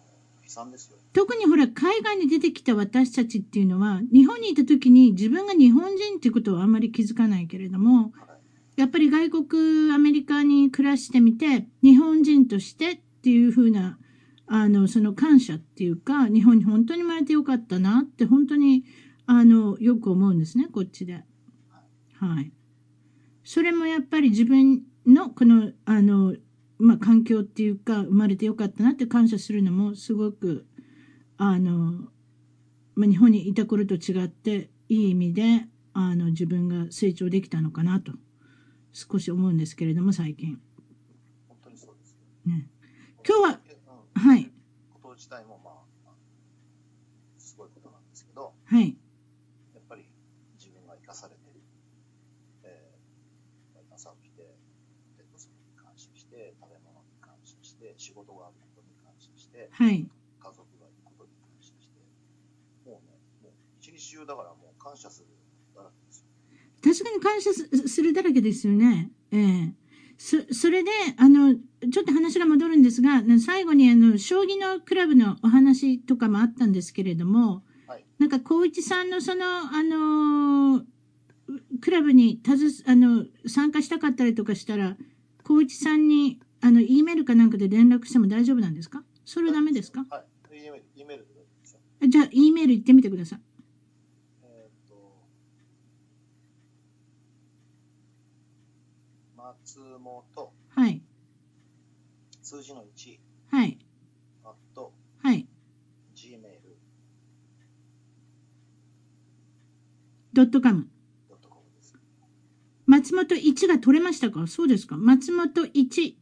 Speaker 2: 惨ですよ。
Speaker 3: 特にほら海外に出てきた私たちっていうのは日本にいた時に自分が日本人っていうことはあんまり気づかないけれどもやっぱり外国アメリカに暮らしてみて日本人としてっていう風なあのその感謝っていうか日本に本当に生まれてよかったなって本当にあのよく思うんですねこっちで。はい、それもやっぱり自分のこのあの、まあ、環境っていうか生まれてよかったなって感謝するのもすごくあの、まあ、日本にいた頃と違っていい意味であの自分が成長できたのかなと少し思うんですけれども最近。
Speaker 2: 本当にそうですよ。
Speaker 3: ね、今日は
Speaker 2: うん
Speaker 3: はい。
Speaker 2: こと自体もまあ、すごいことなんですけど、
Speaker 3: はい
Speaker 2: やっぱり自分が生かされてる。えー、朝起きて、ペットそに感謝して、食べ物に感謝して、仕事があることに感謝して、
Speaker 3: はい
Speaker 2: 家族がいることに感謝して、もうね、もう一日中だからもう感謝するだらけですよ。
Speaker 3: 確かに感謝すするだらけですよね。ええそ、それで、あの、ちょっと話が戻るんですが、ね最後にあの、将棋のクラブのお話とかもあったんですけれども、
Speaker 2: はい
Speaker 3: なんか、光一さんのその、あのークラブにたず、あの、参加したかったりとかしたら、光一さんに、あの、E メールかなんかで連絡しても大丈夫なんですかそ
Speaker 2: そ
Speaker 3: れダメですか
Speaker 2: はい。イメール、イメールで大丈夫ですよ。
Speaker 3: じゃあ、E メール行ってみてください。
Speaker 2: えーっと、松本、
Speaker 3: はい。
Speaker 2: 数字の1、
Speaker 3: はい。
Speaker 2: アット、
Speaker 3: はい。
Speaker 2: gmail.com
Speaker 3: ドットカム。
Speaker 2: です。
Speaker 3: 松本1が取れましたかそうですか。松本1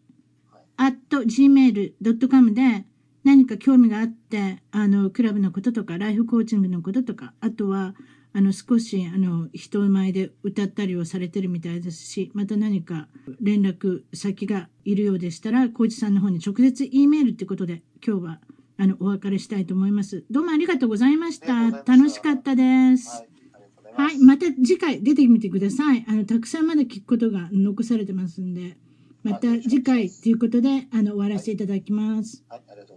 Speaker 2: はい、
Speaker 3: at gmail.com で何か興味があって、あの、クラブのこととか、ライフコーチングのこととか、あとは、あの、少し、あの、人前で歌ったりをされてるみたいですし、また何か連絡先がいるようでしたら、コーチさんの方に直接 E メールってことで、今日は、あの、お別れしたいと思います。どうもありがとうございました。
Speaker 2: ありがとうござい
Speaker 3: 楽
Speaker 2: ま
Speaker 3: し
Speaker 2: した
Speaker 3: かったです。
Speaker 2: はい、ありがとうございま
Speaker 3: はい、
Speaker 2: す。
Speaker 3: また次回出てみてください。あの、たくさんまだ聞くことが残されてますんで、また次回ということで、あの、終わらせていただきます。
Speaker 2: はい、ありがとうございます。